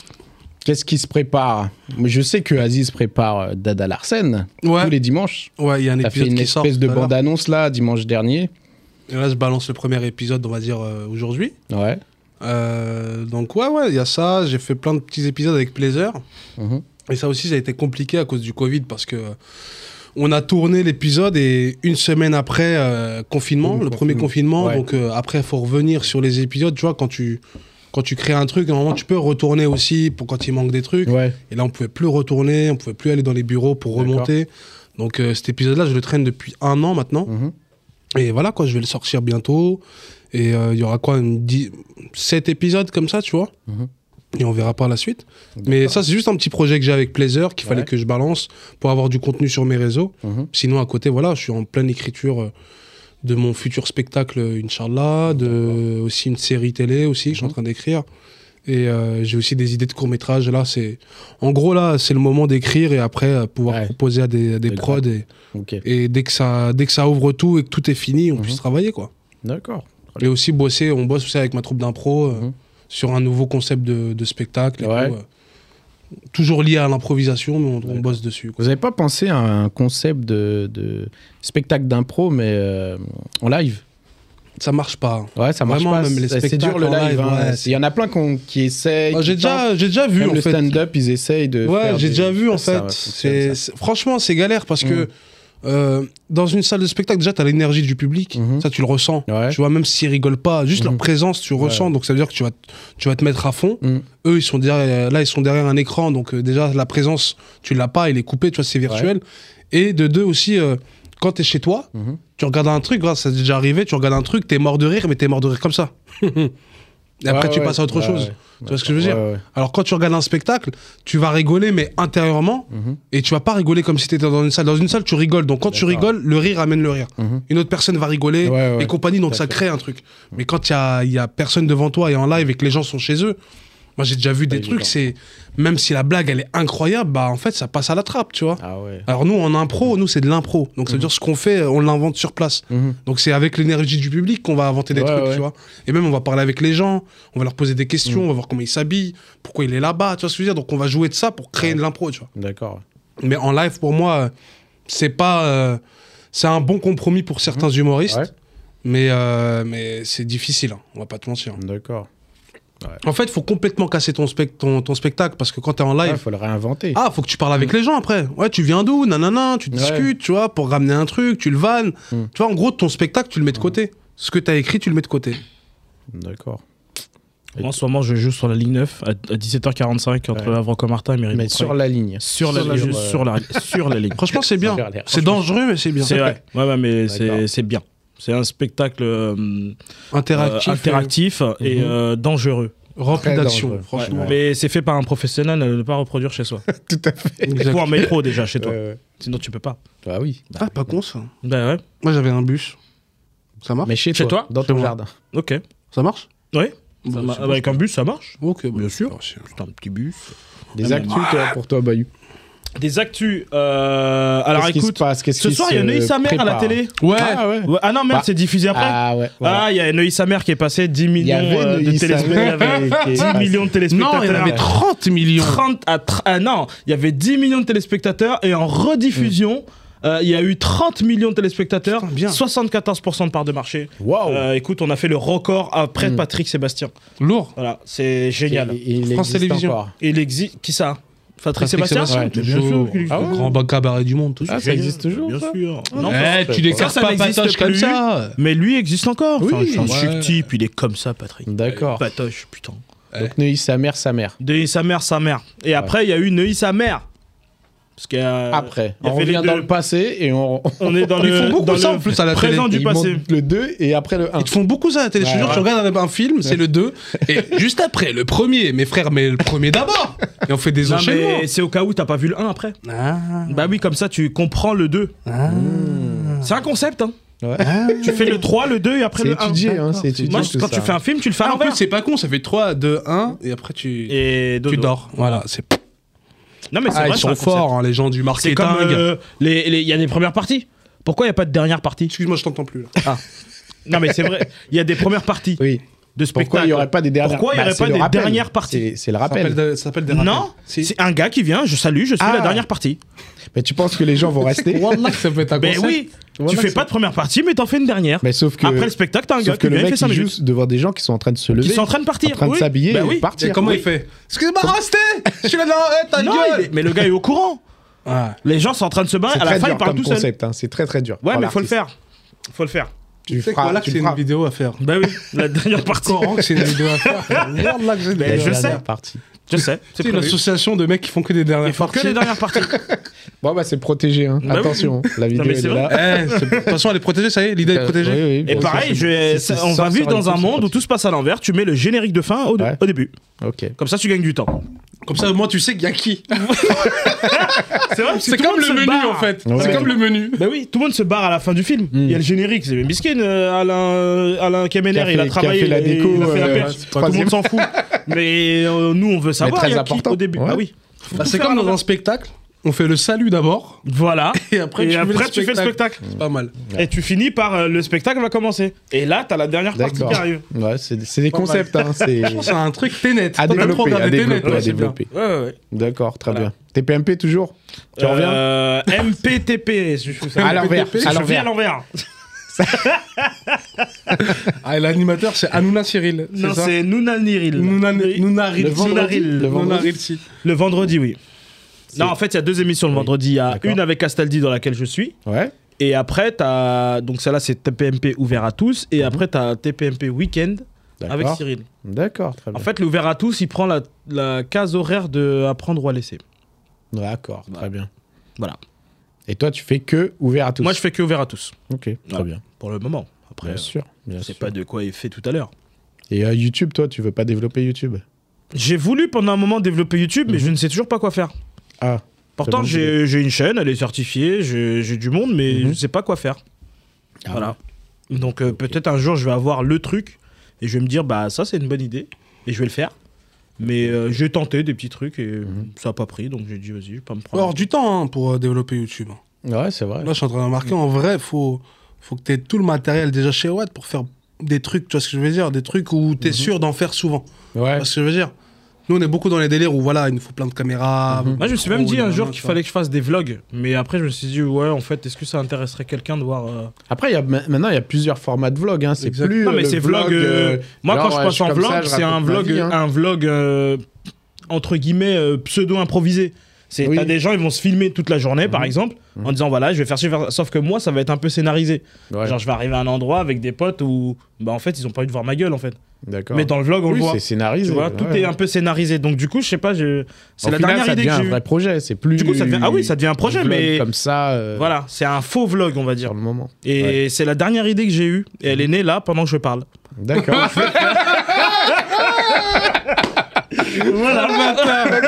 C: Qu'est-ce qui se prépare Mais Je sais que Aziz prépare euh, Dada Larsen tous
B: Ouais,
C: les dimanches.
B: ouais, il y a un
C: T'as fait
B: épisode
C: une
B: qui sort.
C: espèce de
B: tout à l'heure.
C: bande-annonce là dimanche dernier.
B: Et là, je balance le premier épisode, on va dire, euh, aujourd'hui.
C: Ouais.
B: Euh, donc, ouais, ouais, il y a ça. J'ai fait plein de petits épisodes avec plaisir.
C: Mhm.
B: Et ça aussi, ça a été compliqué à cause du Covid parce que euh, on a tourné l'épisode et une semaine après euh, confinement,
C: Mmh,
B: le premier confinement,
C: Ouais.
B: donc euh, après, il faut revenir sur les épisodes. Tu vois, quand tu, quand tu crées un truc, normalement, tu peux retourner aussi pour quand il manque des trucs.
C: Ouais.
B: Et là, on pouvait plus retourner, on pouvait plus aller dans les bureaux pour
C: D'accord.
B: remonter. Donc euh, cet épisode-là, je le traîne depuis un an maintenant.
C: Mhm.
B: Et voilà, quoi, je vais le sortir bientôt. Et euh, il y aura quoi, une dix- sept épisodes comme ça, tu vois
C: Mhm.
B: Et on verra par la suite. Mais ça, c'est juste un petit projet que j'ai avec plaisir, qu'il fallait
C: Ouais.
B: que je balance pour avoir du contenu sur mes réseaux.
C: Mhm.
B: Sinon, à côté, voilà, je suis en pleine écriture euh, de mon futur spectacle, euh, Inch'Allah, de, aussi une série télé aussi, que je
C: Mhm.
B: suis en train d'écrire. Et euh, j'ai aussi des idées de court-métrage. Là, c'est... En gros, là, c'est le moment d'écrire et après euh, pouvoir
C: Ouais.
B: proposer à des, à des
C: C'est
B: prods. Et,
C: Ok.
B: et dès, que ça, dès que ça ouvre tout et que tout est fini, on
C: Mhm.
B: puisse travailler, quoi.
C: D'accord.
B: Et aussi bosser, on bosse aussi avec ma troupe d'impro euh,
C: Mhm.
B: sur un nouveau concept de, de spectacle. et
C: Ouais.
B: tout, euh. toujours lié à l'improvisation, mais on- on,
C: D'accord.
B: bosse dessus. quoi.
C: Vous n'avez pas pensé à un concept de, de spectacle d'impro mais euh, en live
B: Ça marche pas.
C: Ouais, ça marche
B: Vraiment,
C: pas.
B: même les
C: c'est- C'est dur
B: spectacles
C: le
B: en
C: live.
B: live,
C: hein.
B: ouais,
C: Il y en a plein qu'on- qui essayent.
B: Ah,
C: qui
B: j'ai,
C: tentent.
B: déjà, j'ai déjà vu,
C: Même
B: en
C: le
B: fait.
C: stand-up, ils essayent de.
B: Ouais,
C: faire
B: j'ai
C: des-
B: déjà vu, en
C: Ça, ça
B: fait.
C: fonctionne,
B: C'est-
C: ça.
B: c'est- Franchement, c'est galère parce
C: Mhm.
B: que euh, dans une salle de spectacle, déjà, t'as l'énergie du public.
C: Mhm.
B: Ça, tu le ressens.
C: Ouais.
B: Tu vois, même s'ils rigolent pas, juste
C: Mhm.
B: leur présence, tu
C: Ouais.
B: ressens. Donc, ça veut dire que tu vas, t- tu vas te mettre à fond.
C: Mhm.
B: Eux, ils sont derrière, là, ils sont derrière un écran. Donc, euh, déjà, la présence, tu l'as pas. Il est coupé, tu vois, c'est virtuel. Et de deux aussi, euh, quand t'es chez toi,
C: Mhm.
B: tu regardes un truc, grave, ça t'est déjà arrivé, tu regardes un truc, t'es mort de rire, mais t'es mort de rire comme ça. Et après,
C: Ouais,
B: tu
C: ouais,
B: passes à autre
C: ouais,
B: chose.
C: ouais.
B: Tu vois ce que je veux dire
C: Ouais, ouais.
B: Alors quand tu regardes un spectacle, tu vas rigoler mais intérieurement
C: Mhm.
B: et tu vas pas rigoler comme si tu étais dans une salle. Dans une salle, tu rigoles. Donc quand tu
C: D'accord.
B: rigoles, le rire amène le rire.
C: Mhm.
B: Une autre personne va rigoler
C: Ouais, ouais,
B: et compagnie, donc
C: tout à
B: ça
C: fait. Mhm.
B: crée un truc. Mais quand il y a, il y a personne devant toi et en live et que les gens sont chez eux, moi j'ai déjà vu des
C: évident.
B: trucs, c'est même si la blague elle est incroyable, bah en fait ça passe à la trappe, tu vois.
C: Ah Mhm. ouais.
B: Alors nous en impro, nous c'est de l'impro. Donc ça veut dire ce qu'on fait, on l'invente sur place.
C: Mhm.
B: Donc c'est avec l'énergie du public qu'on va inventer des
C: Ouais,
B: trucs,
C: ouais. Mm.
B: tu vois. Et même on va parler avec les gens, on va leur poser des questions, on va voir comment ils s'habillent, pourquoi il est là-bas, tu vois ce que je veux dire. Donc on va jouer de ça pour créer de l'impro, tu vois.
C: D'accord.
B: Mais en live pour moi, euh, c'est pas euh, c'est un bon compromis pour certains humoristes,
C: Mm. Ouais.
B: mais euh, mais c'est difficile, hein, on va pas te mentir.
C: D'accord.
B: En fait, faut complètement casser ton spec- ton, ton spectacle parce que quand t'es en
C: Il
B: live,
C: faut le réinventer.
B: ah, faut que tu parles avec les gens après. Ouais, tu viens d'où Nanana, tu
C: Mm. Ouais.
B: discutes, tu vois, pour ramener un truc, tu le vannes.
C: Mm.
B: Tu vois, en gros, ton spectacle, tu le mets de côté. Ce que t'as écrit, tu le mets de côté.
C: D'accord. Et-
A: en ce moment, je joue sur la ligne 9 à, à 17h45 entre
C: Ouais.
A: Havre Comartin et Mérine.
C: Mais sur la ligne.
A: sur la,
C: sur la-
A: je- sur la, sur la ligne.
B: Franchement, c'est bien.
C: Sur l'air.
B: C'est dangereux, mais c'est bien.
A: C'est vrai. Ouais, ouais, mais c'est
C: D'accord.
A: c'est bien. C'est un spectacle euh,
B: Interactif,
A: euh, interactif et
C: Mhm.
A: euh, dangereux.
B: euh, rempli
C: Très
B: d'action,
C: dangereux.
B: franchement.
A: Mais c'est fait par un professionnel à ne pas reproduire chez soi.
C: Tout à fait.
B: Exact.
A: Ou en métro déjà chez toi.
C: Ouais, ouais.
A: Sinon tu peux pas.
C: Bah oui.
B: Ah, pas con ça.
A: Bah ouais.
B: Moi, j'avais un bus. Ça marche
C: Mais chez,
A: Chez
C: toi,
A: toi
C: Dans
B: Chez
C: ton
B: moi.
C: jardin.
A: Ok.
B: Ça marche
A: Ouais.
B: Bon,
A: Ça
B: bah,
A: ma-
B: c'est bon.
A: avec un bus, ça marche.
B: Ok, bah,
A: Bien sûr.
B: c'est-
A: C'est un petit bus.
C: Des actus toi, pour toi, Bayou.
A: Des actus. euh, alors
C: Qu'est-ce qui se
A: écoute,
C: passe Qu'est-ce
A: ce
C: qui
A: soir
C: se
A: il y a Neuilly sa mère à la
C: prépare
A: télé.
B: Ouais.
C: Ah ouais.
A: Ouais, Ah non merde,
C: Bah,
A: c'est diffusé après.
C: Ah ouais. voilà.
A: Ah, il y a Neuilly sa mère qui est passé 10
C: Il y
A: millions
C: avait
A: euh, de
C: Neuilly, sa mère
A: téléspectateurs.
C: qui est
A: 10
C: passée.
A: millions de téléspectateurs.
B: Non, il y en avait 30 millions.
A: 30 à tr- ah non, il y avait 10 millions de téléspectateurs et en rediffusion, euh, il y a eu 30 millions de téléspectateurs,
B: Mm. Putain, bien. Oh.
A: 74% de part de marché.
C: Waouh.
A: Euh, écoute, on a fait le record après
C: Mm.
A: Patrick Sébastien.
B: Lourd.
A: Voilà, c'est génial.
C: Il- il
B: France
C: existe
B: Télévisions.
C: encore.
A: Et il existe qui ça Patrick,
B: Patrick
A: Sébastien,
B: Sébastien,
C: Ouais,
B: toujours. Ah
A: bien sûr qu'il existe.
B: Le grand bac cabaret du monde, tout
C: Ah, ça
A: Génial.
C: existe toujours.
A: Bien
C: ça
A: sûr. Non,
B: Eh, tu décasses
A: ça
B: pas
A: n'existe
B: Patoche comme
A: plus.
B: ça.
A: Mais lui existe encore. Enfin,
B: Oui,
A: c'est un
B: ouais. Ah.
A: chic type, il est comme ça, Patrick.
C: D'accord.
A: Patoche, putain.
C: Donc Neuilly, sa mère, sa mère.
A: Neuilly sa mère, sa mère. Et après, il y a eu Neuilly sa mère. Parce qu'il y a-
C: Après,
A: il y a
C: on
A: fait les
C: revient dans
A: deux.
C: le passé et on.
A: On est dans
B: Ils
A: le,
B: font beaucoup
A: dans
B: ça,
A: le
B: en plus, à la télé.
A: présent du
C: ils
A: passé.
C: montent le 2 et après le 1.
B: Ils te font beaucoup ça à la télé. je te
C: Ouais,
B: jure,
C: ouais.
B: tu regardes un, un film, c'est le 2, et juste après, le premier, mes frères, mais le premier d'abord. Et on fait des
A: Non,
B: enchaînements.
A: mais c'est au cas où t'as pas vu le 1 après.
B: Ah.
A: Bah oui, comme ça tu comprends le 2.
B: Bah,
A: C'est un concept, hein.
C: Ah. Ouais.
B: Ah
A: Tu fais le 3, le 2 et après
C: C'est
A: le 1.
C: étudié, hein, c'est étudié.
A: Moi,
C: tout
A: quand
C: ça.
A: tu fais un film, tu le fais à
B: Ah, en plus,
A: l'envers.
B: c'est pas con, ça fait 3, 2, 1, et après tu,
A: Et
B: tu
A: dodo.
B: dors. Voilà, c'est
A: Non, mais c'est
B: Ah, ils
A: vrai, c'est un
B: sont
A: concept.
B: forts, hein, les gens du
A: C'est
B: marketing.
A: comme euh, les, les- il y a des premières parties. Pourquoi il n'y a pas de dernière partie
B: Excuse-moi, je t'entends plus. là.
A: Non mais c'est vrai, il y a des premières parties
C: Oui.
A: de
C: Pourquoi
A: spectacle.
C: il n'y aurait pas des dernières
A: Pourquoi il y
C: Bah,
A: aurait
C: c'est
A: pas
C: le
A: des
C: rappel.
A: dernières parties
C: C'est- C'est le
B: Ça s'appelle
C: rappel.
B: de- ça s'appelle des
A: Non,
B: Si.
A: c'est un gars qui vient, je salue, je suis
C: Ah.
A: la dernière partie.
C: Mais tu penses que les gens vont rester
B: Wallah, que ça peut être un
A: Ben
B: concept.
A: oui,
C: Voilà
A: tu
C: que
A: fais
C: ça-
A: pas de première partie mais t'en fais une dernière.
C: Mais sauf que.
A: Après le spectacle, t'as un gars
C: Sauf
A: qui
C: que le
A: vient et
C: mec
A: fait 5
C: il
A: minutes.
C: joue devant des gens qui sont en train de se
A: Qui
C: lever,
A: sont en train de partir.
C: en train de
A: oui.
C: s'habiller
A: Ben
C: et
A: oui.
B: Et
C: partir.
B: comment
C: Oui.
B: il fait Excuse-moi, restez Je suis là, non, eh, ta
A: Non, il est-
B: gueule
A: mais le gars est au courant.
B: Ah.
A: Les gens sont en train de se barrer.
C: C'est
A: À la
C: très
A: fin, il
C: dur
A: parle
C: comme
A: tout seul.
C: concept, hein, c'est très très dur.
A: Ouais,
C: Pour
A: mais faut le
C: l'artiste.
A: faire. Faut le faire.
B: Tu
C: Tu
B: sais quoi,
C: feras,
B: là, que
C: tu
B: c'est une
C: feras.
B: vidéo à faire.
A: Bah oui, la dernière partie.
B: Coran, que c'est une vidéo à faire. Regarde là que j'ai
A: Ben,
B: des-
A: je
C: La
A: sais.
C: dernière partie.
A: Je sais. C'est
B: C'est une
A: prévu.
B: association de mecs qui font que des dernières
A: Il faut que
B: parties.
A: les dernières parties.
C: Bon bah c'est protégé, hein.
A: Bah oui.
C: attention, la vidéo
A: mais
C: elle
A: c'est
C: est
A: vrai.
C: là.
B: Eh, c'est- de toute façon, elle est protégée, ça y est, l'idée est
C: Euh,
B: protégée.
C: oui, oui,
A: Et
C: bon, ça,
A: pareil,
C: c'est
A: je
C: bon.
A: vais-
C: Si- si
A: ça- on
C: ça
A: va
C: sort
A: vivre
C: du
A: dans
C: coup,
A: un
C: c'est
A: monde où
C: parti.
A: tout se passe à l'envers. Tu mets le générique de fin au,
C: Ouais.
A: au début.
C: Ok.
A: Comme ça, tu gagnes du temps.
B: Comme ça, au moins, tu sais qu'il y a qui.
A: C'est vrai, parce que
B: Ah, C'est
A: tout
B: comme
A: monde
B: le
A: se
B: menu,
A: barre.
B: en fait.
C: Ouais.
B: C'est comme le menu.
A: Bah oui, tout le monde se barre à la fin du film. Il y a le générique, c'est miskin, euh, Alain, euh, Alain Kemener,
C: Hmm. Qui a fait-
A: il a
C: qui a
A: travaillé,
C: fait la
A: il- il
C: déco,
A: a fait la
C: euh,
A: perche.
C: c'est
A: tout le monde
C: troisième.
A: s'en fout. Mais euh, nous, on veut savoir,
C: très
A: il y a qui
C: important.
A: au début.
C: Ouais.
A: Bah oui.
B: Bah,
A: Tout
B: c'est
A: faire
B: comme
A: à
B: dans un
A: l'envers.
B: spectacle. On fait le salut d'abord,
A: Voilà.
B: et après,
A: Et
B: tu, fais,
A: après,
B: le
A: tu fais le spectacle.
B: C'est pas mal.
C: Mm.
A: Et tu finis par euh, le spectacle va commencer. Et là, t'as la dernière partie
C: D'accord.
A: qui arrive.
C: Ouais, c'est c'est des
B: Pas mal.
C: concepts, hein. C'est
B: Je pense que c'est un truc Ténet.
C: à
B: T'as même
C: développer,
B: programmé
C: à
B: Ténet,
C: développer,
B: ouais,
C: à
B: c'est bien.
C: développer.
A: Ouais, ouais, ouais.
C: D'accord, très
A: Voilà.
C: bien. TPMP toujours. Tu reviens
A: Euh, MPTP, je fais ça.
C: à l'envers,
B: PTP,
C: à
A: Je viens à
C: l'envers.
A: l'envers.
B: Ah, et l'animateur, c'est Hanouna Cyril.
A: Non,
B: ça
A: c'est Nounaniril.
B: Nouna Nouna
C: Le
B: Rilsi.
C: vendredi,
A: Nounaril.
C: le
B: Nouna
C: vendredi.
B: Rilsi.
A: Le vendredi, oui. Non, en fait, il y a deux émissions le vendredi. Il y a
C: D'accord.
A: une avec Castaldi dans laquelle je suis.
C: Ouais.
A: Et après, t'as. Donc, celle-là, c'est TPMP ouvert à tous. Et après, t'as TPMP week-end avec
C: Mhm. D'accord.
A: Cyril.
C: D'accord, très
A: En
C: bien.
A: fait, l'ouvert à tous, il prend la, la case horaire de apprendre ou à laisser.
C: D'accord, très bien.
A: Voilà.
C: Et toi, tu fais que ouvert à tous.
A: Moi, je fais que ouvert à tous.
C: Ok, très
A: Voilà.
C: bien.
A: Pour le moment. Après,
C: Bien sûr, bien
A: je sais
C: sûr.
A: pas de quoi il fait tout à l'heure.
C: Et euh, YouTube, toi, tu veux pas développer YouTube
A: J'ai voulu pendant un moment développer YouTube, mais
C: Mhm.
A: je ne sais toujours pas quoi faire.
C: Ah,
A: Pourtant,
C: bonne
A: j'ai j'ai une chaîne, elle est certifiée, j'ai j'ai du monde,
B: Mhm.
A: mais je sais pas quoi faire.
C: Ah
A: voilà. Donc, euh, peut-être un jour, je vais avoir le truc et je vais me dire, bah, ça, c'est une bonne idée et je vais le faire. Mais euh, j'ai tenté des petits trucs et ça a pas pris, donc j'ai dit, vas-y, je vais pas me prendre.
B: Mhm. Hors du temps hein, pour euh, développer YouTube.
C: ouais, c'est vrai.
B: Là, je suis en train de remarquer, en vrai, faut, faut que tu aies tout le matériel déjà chez Watt pour faire des trucs, tu vois ce que je veux dire, des trucs où
A: Mhm.
B: tu es sûr d'en faire souvent. Tu
C: Ouais.
B: vois ce que je veux dire Nous, on est beaucoup dans les délires où, voilà, il nous faut plein de caméras.
C: Mhm.
A: Moi, je me suis même dit un
B: nanana,
A: jour
B: hein, tu
A: qu'il
B: vois.
A: fallait que je fasse des vlogs, mais après, je me suis dit, ouais, en fait, est-ce que ça intéresserait quelqu'un de voir. euh,
C: Après, il y a, ma- maintenant, il y a plusieurs formats de vlog. Hein. C'est
B: Exact.
C: plus.
A: Non,
C: euh,
A: mais
C: le
A: c'est vlog. euh,
C: euh,
A: moi,
C: genre,
A: quand je
C: ouais,
A: passe en
C: comme ça,
A: vlog,
C: je
A: c'est un
C: raconte ma
A: vlog,
C: vie, hein.
A: un vlog euh, entre guillemets euh, pseudo improvisé. C'est
C: Oui.
A: t'as des gens, ils vont se filmer toute la journée, par exemple, en
C: Mhm.
A: disant voilà, je vais faire ci, je vais faire ça. Sauf que moi, ça va être un peu scénarisé.
C: euh, Ouais,
A: Genre, je vais arriver à un endroit avec des potes où, bah, en fait, ils ont pas envie de voir ma gueule, en fait.
C: D'accord.
A: Mais dans le vlog, on le
C: Oui,
A: voit.
C: c'est scénarisé.
A: Tu vois, tout
C: ouais.
A: est un peu scénarisé. Donc, du coup, je sais pas, je... c'est
C: Au
A: la
C: final,
A: dernière
C: ça
A: idée
C: devient
A: que j'ai
C: un
A: eue.
C: vrai projet. C'est plus.
A: Du coup, ça devient... ah oui, ça devient un projet,
C: un vlog
A: mais
C: Comme ça. euh,
A: voilà, c'est un faux vlog, on va dire.
C: Sur le moment.
A: Et
C: Ouais. Mhm.
A: c'est la dernière idée que j'ai eue. Et elle est née là pendant que je parle.
C: D'accord.
A: voilà,
C: D'accord,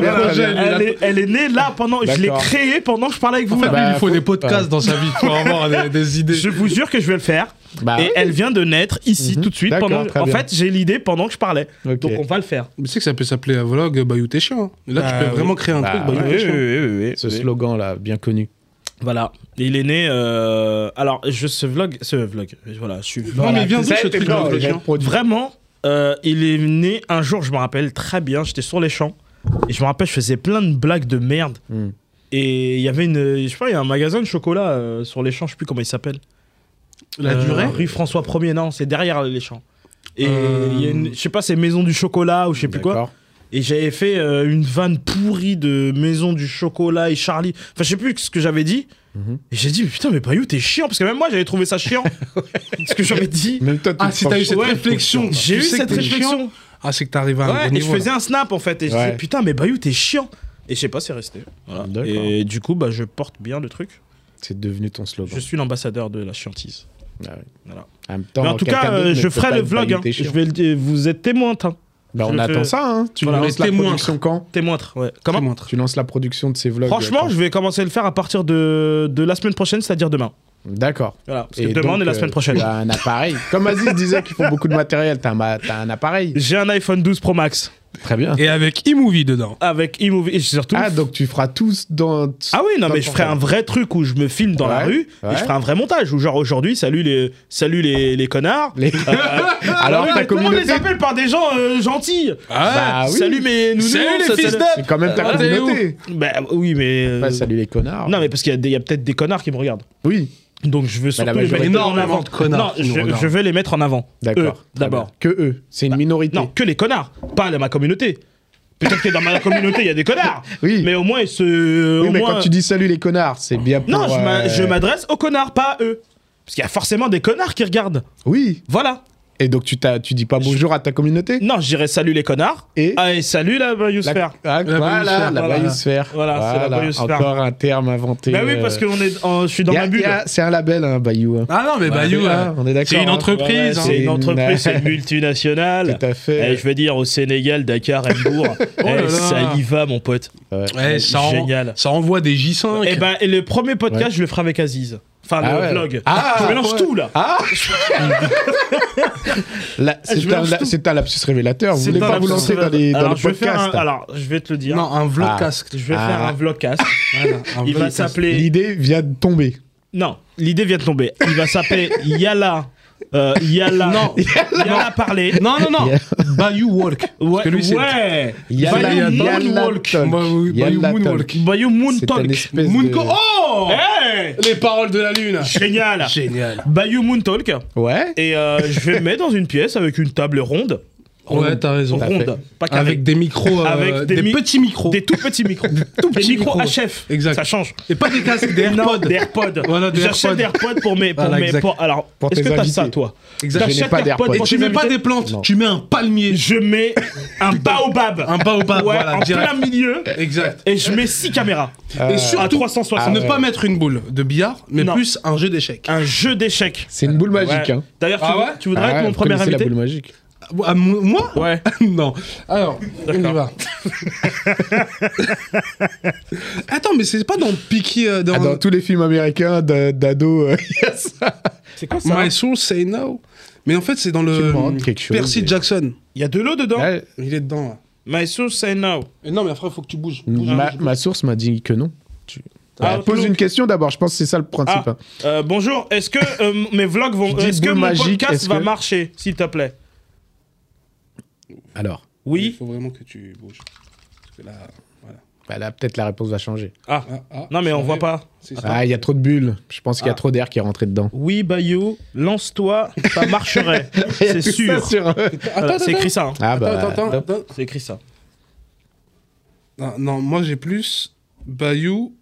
B: Voilà,
C: bien. très bien.
B: j'ai-
A: elle, est, elle est née là pendant. Je l'ai
C: D'accord.
A: créée pendant que je parlais avec vous. là.
C: Bah,
B: Lui, il faut,
C: faut-
B: des podcasts
C: ouais.
B: dans sa vie pour avoir des, des idées.
A: Je vous jure que je vais le faire.
C: Bah,
A: et elle vient de naître ici
C: Mhm.
A: tout de suite.
C: D'accord,
A: Pendant...
C: très
A: En
C: bien.
A: fait, j'ai l'idée pendant que je parlais.
C: ok.
A: Donc on va le faire.
B: Mais tu sais que ça peut s'appeler un vlog Bayou T'es chiant. Et Là,
A: Bah,
B: tu peux
A: oui.
B: vraiment créer un
C: Bah,
B: truc Bayou
C: ouais.
B: T'es chiant.
C: Ce slogan-là, bien connu.
A: Voilà. Et Il est né. euh, Alors, je, ce vlog. Ce vlog. Voilà, je suis.
B: Non, mais viens d'où
C: Ça,
B: ce
C: c'est
B: truc
C: bien,
B: Bayou T'es
C: j'ai
B: chiant
C: produit.
A: Vraiment, euh, il est né un jour, je me rappelle très bien, j'étais sur les champs. Et je me rappelle, je faisais plein de blagues de merde.
C: Mm.
A: Et il y avait une. Je sais pas, il y a un magasin de chocolat euh, sur les champs, je sais plus comment il s'appelle.
B: La
A: Euh,
B: durée
A: Rue François 1er, non, c'est derrière les champs. Et
B: Euh.
A: il y a une, je sais pas, c'est Maison du Chocolat ou je sais plus quoi.
C: D'accord.
A: Et j'avais fait euh, une vanne pourrie de Maison du Chocolat et Charlie. Enfin, je sais plus ce que j'avais dit.
C: Mhm.
A: Et j'ai dit, mais putain, mais Bayou, t'es chiant. Parce que même moi, j'avais trouvé ça chiant. ce que j'avais dit.
C: Même toi, tu
B: Ah,
C: te
B: si t'as eu
C: penches-
B: cette
A: Ouais.
B: réflexion.
A: J'ai
B: tu
A: eu
B: sais que
A: cette
B: t'es
A: réflexion.
B: chiant. Ah, c'est que t'arrives à un
A: Ouais,
B: bon
A: et je
B: niveau. là.
A: faisais un snap en fait. Et je
C: Ouais.
A: disais, putain, mais Bayou, t'es chiant. Et je sais pas, c'est resté. Voilà.
C: D'accord.
A: Et du coup, bah, je porte bien le truc.
C: C'est devenu ton slogan.
A: Je suis l'ambassadeur de la chiantise.
C: Ah ouais.
A: Voilà.
C: En même temps,
A: Mais en tout
C: quelqu'un
A: cas,
C: d'autre
A: euh,
C: ne
A: je
C: peut
A: ferai
C: pas
A: le
C: nous
A: vlog.
C: valider
A: hein.
C: chez
A: Je vais le dire, vous êtes témoin, hein. je
C: Bah, on
A: le
C: attend
A: fais-
C: ça, hein. Tu
A: Voilà,
C: lances la
B: témoin.
C: production quand
A: témoin. Ouais. Comment
B: Témoin.
C: Tu lances la production de ces vlogs. euh,
A: Franchement, je vais commencer à le faire à partir de, de la semaine prochaine, c'est-à-dire demain.
C: quand D'accord.
A: Voilà, parce que demain, on est
C: donc,
A: la
C: euh,
A: semaine prochaine.
C: Tu as un appareil. Comme Aziz disait qu'il faut beaucoup de matériel, t'as un, ma- t'as un appareil.
A: J'ai un iPhone 12 Pro Max
C: Très bien.
B: Et avec e-movie dedans.
A: avec iMovie et surtout.
C: Ah, donc tu feras tous dans.
A: Ah oui, non,
C: dans
A: mais
C: ton
A: je ferai un
C: temps.
A: vrai truc où je me filme dans la
C: Ouais,
A: rue et
C: ouais.
A: je ferai un vrai montage où, genre, aujourd'hui, salut les, salut les, les connards.
C: Les- Alors,
A: Ah Ouais,
C: ta
A: tout le monde les
C: communauté.
A: appelle par des gens euh, gentils.
C: Bah oui.
A: Salut mes nounous.
B: Salut les
A: ça-
B: fils
A: ça-
B: d'up.
C: C'est quand même ta
B: Ah, t'es
C: communauté.
A: Bah oui, mais. euh,
C: Bah, salut les connards.
A: Non, mais parce qu'il y a, des- il y a peut-être des connards qui me regardent.
C: Oui,
A: Donc je veux surtout
C: Bah, la
A: les mettre
C: majorité-
A: en avant.
B: énormément de connards
A: Non,
B: qui nous
A: je,
B: regardent.
A: je vais les mettre en avant. Eux,
C: d'accord.
A: D'abord. Bah,
C: Que eux. C'est une minorité.
A: Non, que les connards, pas la- ma communauté. Peut-être que dans ma communauté, il y a des connards.
C: Oui.
A: Mais au moins, ce.
C: Oui,
A: au
C: mais
A: moins-
C: quand tu dis salut les connards, c'est bien pour.
A: Non, je m'a-
C: euh,
A: je m'adresse aux connards, pas à eux. Parce qu'il y a forcément des connards qui regardent.
C: Oui.
A: Voilà.
C: Et donc tu, t'as- tu dis pas bonjour à ta communauté
A: Non, je dirais salut les connards.
C: Et
A: Ah, et salut la
C: La-
A: biosphère.
B: La
C: Ah, voilà,
B: biosphère,
C: la
A: voilà.
C: biosphère.
A: Voilà, c'est la biosphère.
C: Encore un terme inventé. euh,
A: Bah oui, parce que on est en- je suis dans
C: y a-
A: ma bulle.
C: y a- C'est un label, hein, Bayou. hein.
B: Ah non, mais
C: Voilà,
B: Bayou,
C: c'est-
B: hein.
C: ah, on est d'accord.
B: c'est une
C: hein.
B: entreprise.
C: Voilà,
B: hein.
A: C'est une
C: une-
A: entreprise, c'est une multinationale.
C: Tout à fait. Oh
A: Eh, je veux dire, au Sénégal, Dakar, Edbourg.
B: là là.
A: ça y va, mon pote.
C: Ouais.
B: Ouais, ça, en-
A: Génial.
B: ça envoie des J5.
A: Et ben, et le premier podcast,
C: Ouais.
A: je le ferai avec Aziz. Enfin,
C: Ah
A: le
C: ouais.
A: vlog.
C: Ah,
A: je mélange
C: ouais.
A: tout, là.
C: Ah Là, C'est un,
A: mélange
C: la-
A: Ah, tout.
C: c'est un lapsus révélateur. Vous
A: C'est
C: voulez
A: un
C: pas vous
A: lapsus
C: lancer dans
A: révélateur.
C: les, dans hein.
A: alors,
C: les
A: je vais faire
C: podcasts
A: un- alors, je vais te le dire.
B: Non, un vlogcast.
A: Je vais
C: Ah.
A: faire un vlogcast. Il va s'appeler.
C: L'idée vient de tomber.
A: Non, l'idée vient de tomber. Il va s'appeler Yala. Euh, Yala.
B: Non.
A: Yala parler.
B: Non, non, non. Bayou Walk.
A: Ouais.
B: que lui, c'est-
A: ouais.
C: Yalla-
A: Bayou
C: Yalla
A: Moonwalk.
C: Talk.
B: Bayou-
C: Yalla
B: Bayou
C: Talk.
B: Moonwalk.
A: Bayou Moon
C: C'est
A: Talk.
C: un espèce
B: Moonco.
C: de...
B: Oh
A: Hey
B: Les paroles de la lune.
A: Génial.
B: Génial.
A: Bayou Moon Talk.
C: Ouais
A: Et euh, je vais le mettre dans une pièce avec une table ronde.
B: Ouais, t'as raison.
C: T'as
A: Ronde. Pas carrée.
B: Avec des micros, euh,
A: Avec des
B: des,
A: mi-
B: petits micros.
A: Des tout petits micros. tout
B: petits
A: des micros
B: micros.
A: HF.
B: Exact.
A: Ça change.
B: Et pas des casques, des
A: Non,
B: AirPods.
A: des AirPods.
B: Voilà, des
A: J'achète
B: AirPods.
A: des AirPods pour mes. Pour
B: Voilà,
A: mes-
B: exact.
A: pour- alors,
C: Pour
A: est-ce
C: tes
A: que t'as
C: invités.
A: ça, toi
B: Exact.
C: Je n'ai
A: J'achète
C: pas
A: des AirPods.
C: d'AirPods.
B: Et tu mets pas des plantes,
C: Non.
B: tu mets un palmier.
A: Je mets un baobab.
B: Un
A: Ouais,
B: baobab, voilà,
A: en
B: direct.
A: plein milieu.
B: Exact.
A: Et je mets 6 caméras.
B: Et
A: à
B: surtout,
A: 360.
B: ne
C: Euh, Ah ouais.
B: pas mettre une boule de billard, mais
A: Non.
B: plus un jeu d'échecs.
A: Un jeu d'échecs.
C: C'est une boule magique.
A: Ouais.
C: Hein.
A: D'ailleurs, tu,
B: Ah
A: vou-
B: ouais
A: tu voudrais
C: Ah
A: être
C: ouais,
A: mon
C: vous
A: premier
C: connaissez la
A: invité
C: boule magique.
B: Ah, mo- moi
A: Ouais.
B: Non. Alors, on y va.
A: D'accord.
B: Attends, mais c'est pas dans Peaky... euh, dans
C: Ah, dans tous les films américains de- d'ados, euh, il y a ça.
A: C'est quoi ça
B: My Soul Say No. Mais en fait, c'est dans
C: Tu
B: le
C: demandes quelque chose,
B: Percy
C: et-
B: Jackson.
A: Il y a de l'eau dedans
C: Ouais,
B: Il est dedans, là.
A: My soul say now.
B: Et non, mais après, faut que tu bouges. Bouge,
C: ma,
B: bouge.
C: ma source m'a dit que non. Tu-
A: Ah,
C: Ouais, pose
A: donc-
C: une question d'abord, je pense que c'est ça le principe.
A: Ah.
C: hein.
A: Euh, bonjour, est-ce que euh, mes vlogs vont.
C: Je dis
A: Est-ce que
C: boule
A: mon
C: magique,
A: podcast
C: est-ce
A: va
C: que-
A: marcher, s'il te plaît
C: Alors,
B: Il
A: Oui.
B: faut vraiment que tu bouges. Parce que là, voilà.
C: bah là, peut-être la réponse va changer.
A: Ah.
B: Ah, ah,
A: Non, mais
B: ça
A: on voit
B: arrive.
A: pas.
B: C'est ça.
C: Ah, il y a trop de bulles. Je pense qu'il y a
A: Ah.
C: trop d'air qui est rentré dedans.
A: Oui, Bayou, lance-toi, ça marcherait.
C: Il y a
A: C'est
C: tout
A: sûr.
C: ça sur-
A: Voilà, c'est écrit ça. hein.
C: Ah
B: Attends,
C: bah,
B: attends, attends,
C: hop.
B: attends.
A: C'est écrit ça.
B: Non, non, moi j'ai plus Bayou,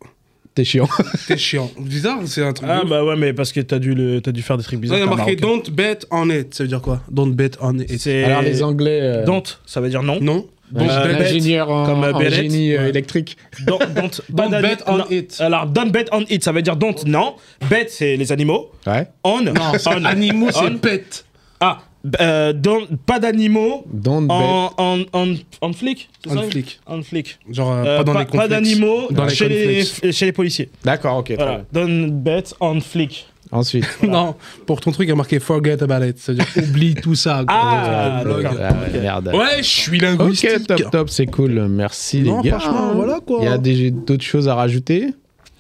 C: t'es chiant.
B: t'es chiant. Bizarre, c'est un truc.
A: Ah,
B: de ouf.
A: bah ouais, mais parce que t'as dû, le... t'as dû faire des trucs
B: Non,
A: bizarres.
B: il y a
A: t'as
B: marqué
A: marocain.
B: Don't bet on it. Ça veut dire quoi Don't bet on it.
A: C'est.
C: Alors les Anglais, euh,
A: Don't, ça veut dire non.
B: Non
C: ouais,
B: Don't
A: Euh,
B: bet.
C: l'ingénieur en,
A: comme, euh,
C: en
A: Bennett.
C: génie euh,
A: Ouais.
C: électrique.
A: Don't, don't,
B: Don't
A: banane-
B: bet on
A: non. Ah,
B: it.
A: Alors, don't bet on it, ça veut dire don't, non. Bet, c'est les animaux.
C: Ouais.
A: On,
B: Non, c'est
A: on.
B: animaux, c'est
A: on.
B: pet.
A: Ah, b- euh, don't, pas d'animaux.
C: Don't bet.
A: En, en, en, en flic c'est
B: On
A: ça
B: flic.
A: En flic.
B: Genre, euh,
A: Euh,
B: pas dans
A: pas
B: les conflits.
A: pas d'animaux
B: Dans les
A: chez les,
B: cornflakes.
A: chez les policiers.
C: D'accord, ok. très
A: Voilà.
C: bien.
A: Don't bet on flic.
C: Ensuite.
B: Non, pour ton truc, il y a marqué Forget about it. Ça veut dire oublie tout ça. gros.
A: Ah,
B: Blog.
A: d'accord.
C: Ah, ouais, merde.
B: Ouais, je suis
C: Ok,
B: linguistique.
C: top, top, c'est cool. Merci
B: Non,
C: les gars.
B: franchement, voilà, quoi.
C: Il y a des- d'autres choses à rajouter.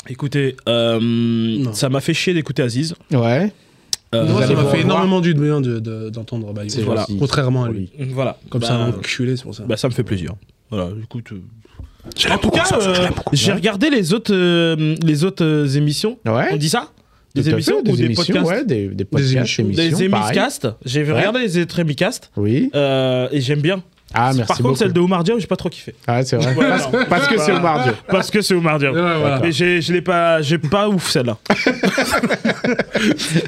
A: Écoutez, euh, ça m'a fait chier d'écouter Aziz.
C: Ouais.
A: Euh,
B: Moi,
C: allez
B: ça m'a
C: voir.
B: fait énormément du bien de- de- d'entendre Bayou.
C: C'est
B: Voilà.
C: gentil.
B: Contrairement à lui.
A: Voilà.
B: Comme
A: Bah,
B: ça, hein. un enculé, c'est pour ça.
A: bah, ça me fait plaisir. Voilà, écoute. euh,
B: J'ai
A: En tout cas, euh, j'ai regardé les autres, euh, les autres euh, émissions. On
C: Ouais.
A: dit ça
C: Tout
A: Des
C: à
A: émissions
C: fait,
A: ou
C: des,
A: des
C: émissions,
A: podcasts
C: ouais, des, des podcasts,
B: émissions.
C: émissions,
A: Des
C: pareil.
A: émiscasts. J'ai regardé les autres émiscasts.
C: Oui.
A: euh, et j'aime bien.
C: Ah, merci
A: Par contre,
C: beaucoup.
A: celle de Omar Diab, j'ai pas trop kiffé.
C: Ah, c'est vrai. Ah. Eh,
A: Ouais,
C: parce,
A: non.
C: parce que c'est Omar Diop.
A: Parce que c'est Omar Diab.
B: Ouais, voilà.
A: Et j'ai- je l'ai pas, j'ai pas ouf celle-là.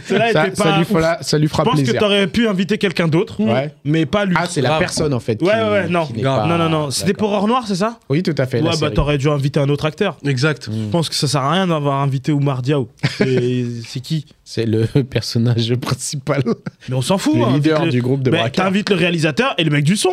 A: celle-là
C: Ça,
A: était
C: ça
A: pas.
C: lui
A: ouf.
C: fera, ça lui
A: Je
C: fera
A: pense que
C: plaisir.
A: t'aurais pu inviter quelqu'un d'autre,
C: Ouais.
A: mais pas lui.
C: Ah, c'est la
B: Grave.
C: personne en fait.
A: Ouais,
C: qui-
A: ouais, ouais, non.
C: qui n'est
B: Grave.
C: pas-
A: Non, non, non. C'était
C: D'accord.
A: pour Or Noir, c'est ça
C: Oui, tout à fait. la
A: Ouais, bah
C: série. Mm.
A: t'aurais dû inviter un autre acteur.
B: Exact.
A: Je pense que ça sert à rien d'avoir invité Oumar Diaw. C'est c'est qui
C: C'est le personnage principal,
A: Mais on s'en fout.
C: le
A: hein,
C: leader
A: invite
C: du groupe de
A: Mais
C: braqueurs.
A: T'invites le réalisateur et le mec du son.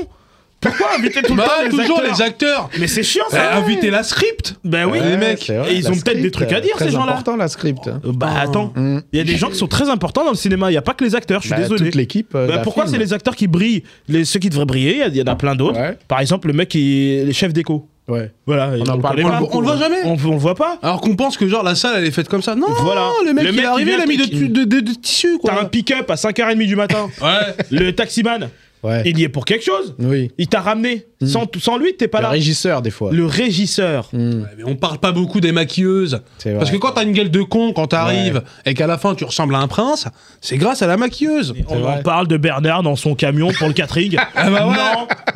A: Pourquoi inviter tout le
B: Bah,
A: temps les
B: toujours
A: acteurs
B: les acteurs
A: Mais c'est chiant
B: Eh,
A: ça.
B: Invitez la script
A: Ben oui.
B: les
C: Ouais,
B: mecs,
C: c'est vrai,
A: et ils
C: la
A: ont peut-être
C: script,
A: des trucs à
C: euh,
A: dire,
C: très
A: ces gens-là.
C: important la script. hein.
A: Euh, Bah attends,
C: Mm.
A: il y a des gens qui sont très importants dans le cinéma, il n'y a pas que les acteurs, je suis
C: Bah,
A: désolé.
C: Toute l'équipe. euh,
A: Bah,
C: d'un
A: pourquoi
C: film.
A: c'est les acteurs qui brillent les, Ceux qui devraient briller, il y, en a plein d'autres.
C: Ouais.
A: Par exemple, le mec qui est le chef d'écho.
C: Ouais.
A: Voilà,
C: en
A: le
C: parle
A: connaît
C: pas
A: pas.
B: beaucoup, On le voit jamais.
A: On, on le voit pas.
B: Alors qu'on pense que genre la salle elle est faite comme ça. Non,
A: Voilà.
B: le mec
A: Le
B: il
A: mec,
B: est
A: il
B: arrivé, il
A: vient
B: a mis de,
A: avec une-
B: de, de- de tissu
A: T'as un
B: quoi.
A: pick-up à 5h30 du matin.
B: Ouais.
A: le taximan,
C: Ouais.
A: il y est pour quelque chose.
C: Oui.
A: Il t'a ramené. Sans, sans lui, t'es pas
C: Le
A: là.
C: régisseur des fois.
A: Le régisseur.
C: Mm,
B: Ouais, mais on parle pas beaucoup des maquilleuses.
C: c'est vrai.
B: Parce que quand t'as une gueule de con quand t'arrives
C: Ouais.
B: et qu'à la fin tu ressembles à un prince, c'est grâce à la maquilleuse.
A: On
C: vrai.
A: en parle de Bernard dans son camion pour le catering.
B: Ah bah ouais.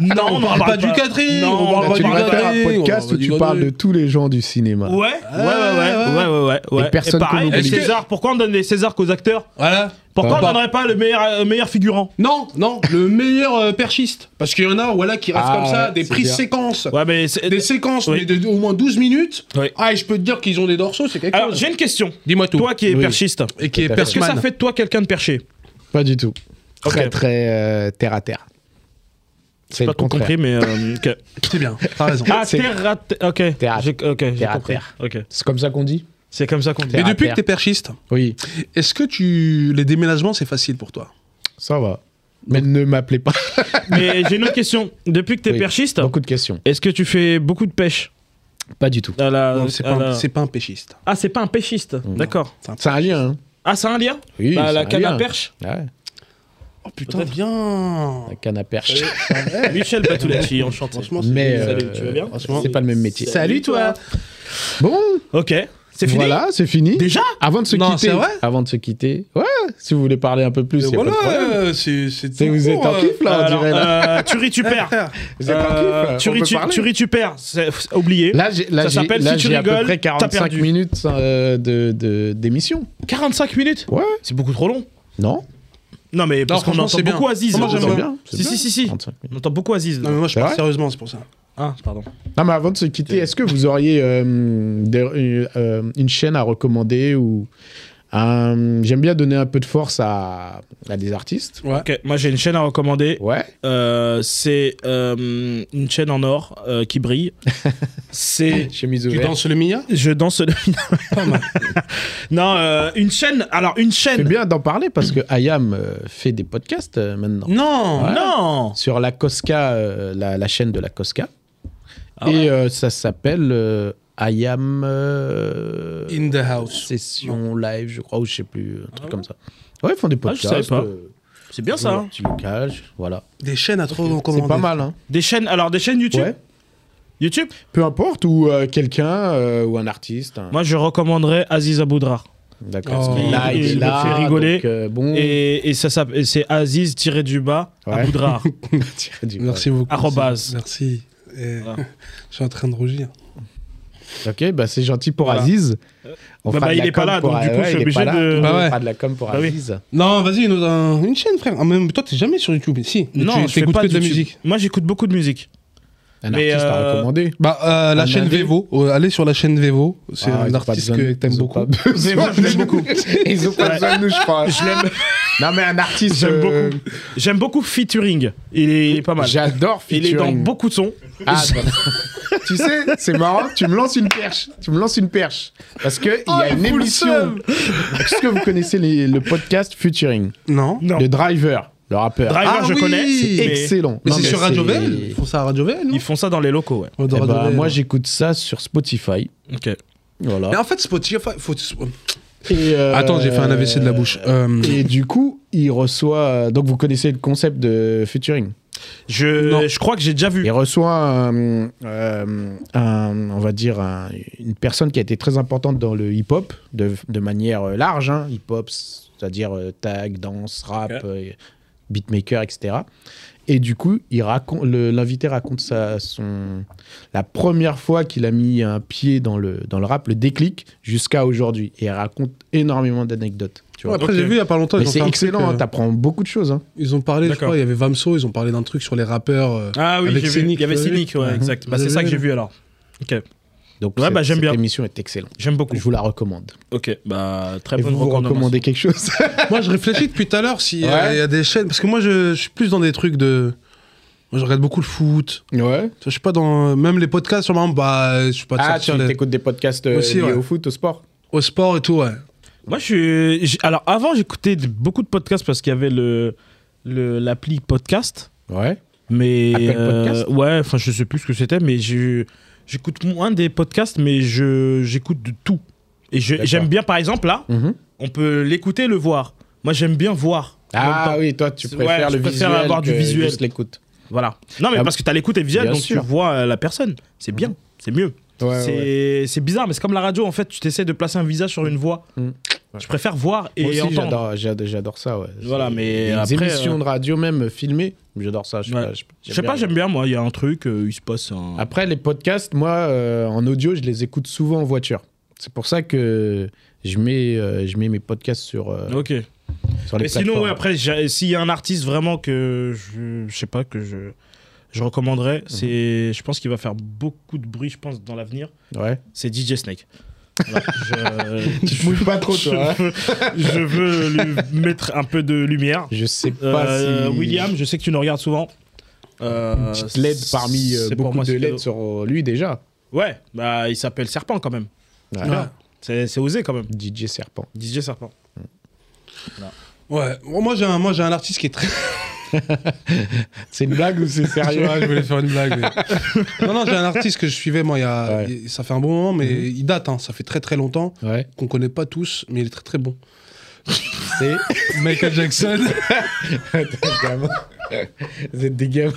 A: Non, non, on
B: on
A: en
B: parle pas du catering.
A: Non, on
B: on
A: parle
C: Là,
A: pas
C: tu
A: du
B: parle
C: devrais
B: pas
A: catering.
C: faire un
B: du grenouille,
C: podcast
B: on
C: où
B: va du
C: tu parles de
B: grenouille.
C: tous les gens du cinéma.
A: Ouais, ouais, ouais, ouais, ouais, ouais, ouais, ouais.
C: Et personne
A: pareil,
C: qu'on
A: les
B: oublie.
A: Césars, pourquoi on donne les Césars qu'aux acteurs
B: Voilà.
A: Pourquoi
B: Ouais.
A: on donnerait pas le meilleur, euh, meilleur figurant
B: Non, non, le meilleur euh, perchiste. Parce qu'il y en a voilà, qui restent
C: Ah
B: comme ça,
C: ouais,
B: des
C: c'est
B: prises
C: bien.
B: séquences.
A: Ouais, mais c'est-
B: Des séquences mais
A: Oui.
B: de, au moins 12 minutes.
A: Oui.
B: Ah, et je peux te dire qu'ils ont des dorsaux, c'est quelque
A: Alors,
B: chose.
A: j'ai une question.
B: Dis-moi tout.
A: Toi qui es
C: Oui.
A: perchiste,
B: et qui est
C: Tout à fait.
A: est-ce que
B: perchman.
A: ça fait de toi quelqu'un de perché
C: Pas du tout.
A: Ok.
C: Très très euh, terre à terre. C'est
A: J'ai pas
C: le
A: tout
C: contraire.
A: compris, mais. euh, ok.
B: C'est bien, t'as raison.
A: Ah,
C: C'est-
A: terre à terre. Ok.
C: Terre à-
A: J'ai- Ok, j'ai
C: terre à
A: compris.
C: terre.
A: Ok.
C: C'est comme ça qu'on dit
A: C'est comme ça qu'on
B: Et
A: dit.
C: Terre à
B: depuis que
C: terre.
B: t'es perchiste,
C: Oui,
B: est-ce que tu les déménagements c'est facile pour toi
C: ça va. Mais ne m'appelez pas.
A: Mais j'ai une autre question. Depuis que t'es
C: Oui.
A: perchiste,
C: Beaucoup de questions.
A: est-ce que tu fais beaucoup de pêche
C: Pas du tout.
A: à la-
B: Non, c'est
A: à
B: pas, un-
A: la-
B: c'est pas un péchiste.
A: Ah, c'est pas un pêchiste. D'accord.
C: C'est un lien. Hein.
A: Ah, c'est un lien
C: Oui,
A: Bah,
C: c'est
A: La
C: un
A: canne
C: lien.
A: à perche
C: Ouais,
B: Oh putain, bien.
C: la canne à perche. Eh.
A: Michel Patulacci, enchanté.
B: Franchement, c'est-
C: Mais
A: Salut,
C: euh,
A: tu vas bien
C: c'est pas le même métier.
A: Salut, toi.
C: Bon,
A: Ok. C'est fini
C: voilà, c'est fini.
A: Déjà
C: Avant de se
B: Non,
C: quitter,
B: c'est vrai
C: avant de se quitter, ouais, si vous voulez parler un peu plus, y a pas de problème.
B: voilà, c'est c'est
C: C'est-
B: tout
C: vous êtes
B: court,
C: en
B: euh.
C: kiff là, on
A: Alors,
C: dirait. Là, Eh,
A: euh, tu ris, tu perds.
C: vous êtes en
A: Euh,
C: kiff,
A: tu,
C: on
A: ris,
C: peut
A: tu,
C: parler.
A: tu ris, tu perds. C'est- c'est Oublié.
C: Là, j'ai, là,
A: Ça
C: j'ai,
A: s'appelle
C: là,
A: Si tu
C: j'ai à peu
A: rigoles,
C: près
A: t'as
C: 45
A: perdu.
C: minutes euh, de, de, d'émission.
A: 45 minutes
C: Ouais.
A: C'est beaucoup trop long.
C: Non
A: Non, mais parce qu'on
B: franchement,
A: entend
B: c'est bien.
A: beaucoup Aziz.
B: Moi, j'aime
C: C'est
B: bien.
C: bien. c'est
A: Si,
C: bien, Ah
A: si, si, si.
C: 45 minutes.
A: On entend beaucoup Aziz.
B: Non mais moi je
C: C'est
B: parle
C: vrai
B: sérieusement, c'est pour ça.
A: Ah, pardon.
C: Non, mais avant de se quitter, est-ce que vous auriez euh, des- euh, euh, une chaîne à recommander ou un- J'aime bien donner un peu de force à, à des artistes.
A: Ok, moi j'ai une chaîne à recommander.
C: Ouais.
A: Euh, c'est euh, une chaîne en or euh, qui brille. c'est
C: Chemise
B: Tu
C: ouverte.
B: danses le Mia
A: je danse le non, euh, une chaîne. Alors une
C: C'est
A: chaîne.
C: bien d'en parler parce que Ayam euh, fait des podcasts euh, maintenant.
A: Mm.
B: Non.
A: Non.
C: Sur la Cosca, euh, la, la chaîne de la Cosca.
A: Ah
C: Et
A: ouais.
C: euh, ça s'appelle euh, Ayam. euh,
B: In the house.
C: session live, je crois, ou je sais plus, un truc comme ça. Ouais, ils font des
A: Ah, je
C: podcasts.
A: savais pas.
C: euh,
A: C'est bien ça.
C: un
A: hein.
C: petit locage, voilà.
B: Des chaînes à trop recommander.
C: C'est pas mal, hein.
A: Des chaînes. Alors des chaînes YouTube.
C: Ouais.
A: YouTube.
C: Peu importe, ou euh, quelqu'un, euh, ou un artiste. un-
A: Moi je recommanderais Aziz Aboudrar.
C: D'accord.
B: Oh.
C: parce qu'il est là,
A: Il-
C: il,
A: il
C: est
A: me
C: là.
A: fait rigoler.
C: donc, euh,
B: Mm.
C: bon.
A: Et, et ça s'appelle- et c'est Aziz tiré du bas
C: Ouais.
A: Aboudrar.
C: Tiens, du-
B: Merci beaucoup.
A: Arrobase.
B: Merci. Eh,
A: Voilà.
B: Je suis en train de rougir.
C: Ok, bah c'est gentil pour
A: Voilà.
C: Aziz. On
A: Bah,
C: fera
A: bah,
C: de
A: il
C: la
A: est pas
C: com
A: là,
C: pour-
A: donc du coup,
C: ouais,
A: je suis
C: il est
A: obligé
C: pas là,
A: de-
C: donc
B: Bah ouais.
C: On fera de la com pour
A: Bah oui.
C: Aziz.
B: Non, vas-y, une, autre- un- une chaîne, frère. Ah, même toi, t'es jamais sur YouTube. Si. mais
A: non,
B: tu
A: je fais
B: t'écoutes
A: pas
B: que de la
A: YouTube.
B: musique.
A: Moi j'écoute beaucoup de musique.
C: Un
A: Mais, euh,
C: artiste à recommander.
B: Bah, euh, la
C: Un
B: chaîne
C: indé.
B: Vevo. Euh, allez sur la chaîne Vevo. C'est
C: Ah, ils
B: un
C: ont pas
B: artiste
C: besoin de-
B: que t'aimes
C: ils ont
B: beaucoup.
C: pas besoin
A: moi, je l'aime
C: de-
A: beaucoup.
C: Ils ont pas
A: Ouais.
C: besoin de nous, je
B: Ah,
C: crois.
A: Je l'aime.
C: Non, mais un artiste.
A: J'aime
C: euh,
A: beaucoup. J'aime beaucoup featuring. Il est, il est pas mal.
C: J'adore
A: Il est dans
C: featuring.
A: beaucoup de sons.
C: Ah, bah. tu sais, c'est marrant, tu me lances une perche. Tu me lances une perche. Parce que
B: Oh,
C: il y a une émission. Est-ce que vous connaissez les- le podcast Futuring
B: Non.
A: Non.
C: Le Driver, le rappeur.
A: Driver,
B: Ah
A: je
B: oui,
A: connais.
B: c'est
A: mais
C: Excellent.
B: Mais
C: Non,
B: c'est sur Radio
C: c'est-
B: VL. Ils font ça à Radio VL, non
A: Ils font ça dans les locaux, ouais.
B: Ouais, dans
C: Eh
B: Radio
C: bah,
B: VL,
C: moi,
B: ouais.
C: j'écoute ça sur Spotify.
A: Ok.
B: Mais
C: Voilà.
B: en fait, Spotify. Faut...
C: Et, euh,
B: Attends, j'ai fait un AVC de la bouche. Euh,
C: Et du coup, il reçoit. Donc, vous connaissez le concept de Futuring.
A: Je,
B: Non.
A: je crois que j'ai déjà vu.
C: Il reçoit, un, euh, un- on va dire, un- une personne qui a été très importante dans le hip-hop, de, de manière euh, large. hein. hip-hop, c'est-à-dire euh, tag, danse, rap, euh, beatmaker, etc. Et du coup, il raconte, le- l'invité raconte sa, son, la première fois qu'il a mis un pied dans le, dans le rap, le déclic, jusqu'à aujourd'hui. Et il raconte énormément d'anecdotes. Tu vois.
B: Après, j'ai vu il y a pas longtemps.
C: Mais
B: ils ont fait
C: c'est
B: un
C: excellent,
B: truc, euh,
C: hein, t'apprends beaucoup de choses. hein.
B: Ils ont parlé, je
A: D'accord.
B: crois, il y avait Vamso, ils ont parlé d'un truc sur les rappeurs. euh,
A: Ah oui,
B: Avec
A: j'ai vu.
B: Cynic,
A: Il y avait
B: vous avez vu
A: Cynic, ouais,
B: Mhm.
A: exact. Bah,
B: Vous
A: c'est ça
B: avez
A: que j'ai
B: vu
A: vu alors. Ok,
C: Donc
A: Ouais,
C: cette-
A: bah, j'aime
C: cette
A: bien.
C: émission est excellente.
A: j'aime beaucoup.
C: Je vous la recommande.
A: Ok, bah très
C: Et
A: bonne
C: vous, vous
A: recommandation.
C: recommandez quelque chose
B: Moi, je réfléchis depuis tout à l'heure s'il
C: Ouais.
B: y a des chaînes. Parce que moi, je, je suis plus dans des trucs de. Moi, je regarde beaucoup le foot.
C: Ouais.
B: Tu vois, Je suis pas dans. Même les podcasts, sûrement, bah, je suis pas de
C: Ah, tu
B: sortir les-
C: écoutes des podcasts euh,
B: Aussi,
C: liés
B: ouais.
C: au foot, au sport
B: au sport et tout, ouais.
A: Moi, je suis. j'ai- Alors, avant, j'écoutais de- beaucoup de podcasts parce qu'il y avait le le- l'appli podcast,
C: Ouais.
A: mais euh,
C: Apple Podcast
A: ouais, enfin, je sais plus ce que c'était, mais j'ai- j'écoute moins des podcasts, mais je j'écoute de tout. Et je-
C: D'accord.
A: j'aime bien, par exemple, là,
C: Mhm.
A: on peut l'écouter, le voir. Moi, j'aime bien voir. en
C: Ah
A: même temps.
C: oui, toi, tu
A: Ouais,
C: préfères
A: je
C: le
A: préfère
C: visuel
A: avoir du
C: que
A: visuel.
C: juste l'écoute.
A: Voilà. Non, mais
C: Ah,
A: parce que t'as l'écoute et le visuel,
C: bien
A: donc
C: sûr.
A: tu vois euh, la personne. C'est bien, c'est mieux.
C: Ouais,
A: c'est
C: ouais.
A: c'est bizarre, mais c'est comme la radio, en fait, tu t'essaies de placer un visage sur une voix.
C: Mm. Ouais.
A: Je préfère voir et
C: Moi aussi,
A: entendre.
C: j'adore, j'ad- j'adore ça, ouais.
A: Voilà,
C: C'est-
A: mais
C: les
A: après,
C: émissions
A: euh,
C: de radio, même euh, filmées, j'adore ça. Je sais
A: Ouais.
C: pas, je-
A: Je sais pas,
C: bien. Ah,
A: j'aime bien, moi, il y a un truc, euh, il se passe un...
C: Après, les podcasts, moi, euh, en audio, je les écoute souvent en voiture. C'est pour ça que je mets, euh, je mets mes podcasts sur, euh,
A: Ok.
C: sur les
A: Mais sinon,
C: plateformes.
A: ouais, après, j'ai- s'il y a un artiste vraiment que je, je sais pas, que je, je
C: Mm-hmm.
A: recommanderais, c'est, je pense qu'il va faire beaucoup de bruit, je pense, dans l'avenir,
C: Ouais.
A: c'est DJ Snake. Voilà, je,
C: Tu te mouilles pas trop,
A: je
C: toi, hein.
A: veux, je veux lui mettre un peu de lumière.
C: Je sais pas
A: Euh,
C: Bah, si...
A: William, je sais que tu nous regardes souvent. Euh,
C: Une petite LED parmi euh,
A: c'est pour
C: beaucoup
A: moi,
C: de
A: c'est
C: LED
A: cadeau.
C: sur lui, déjà.
A: Ouais, bah il s'appelle Serpent quand même.
C: Ouais.
B: Ouais.
A: C'est c'est osé quand même.
C: DJ Serpent.
A: DJ Serpent.
B: Ouais. Bon, moi, j'ai un, moi, j'ai un artiste qui est très.
C: C'est une blague ou c'est sérieux hein
B: Ouais, je voulais faire une blague. mais- non, non, j'ai un artiste que je suivais, moi, il y a...
C: Ouais. Mhm.
B: il- ça fait un bon moment, mais il date, hein, ça fait très très longtemps,
C: Ouais,
B: qu'on connaît pas tous, mais il est très très bon.
C: c'est...
B: Michael Jackson.
C: Vous êtes des gamins.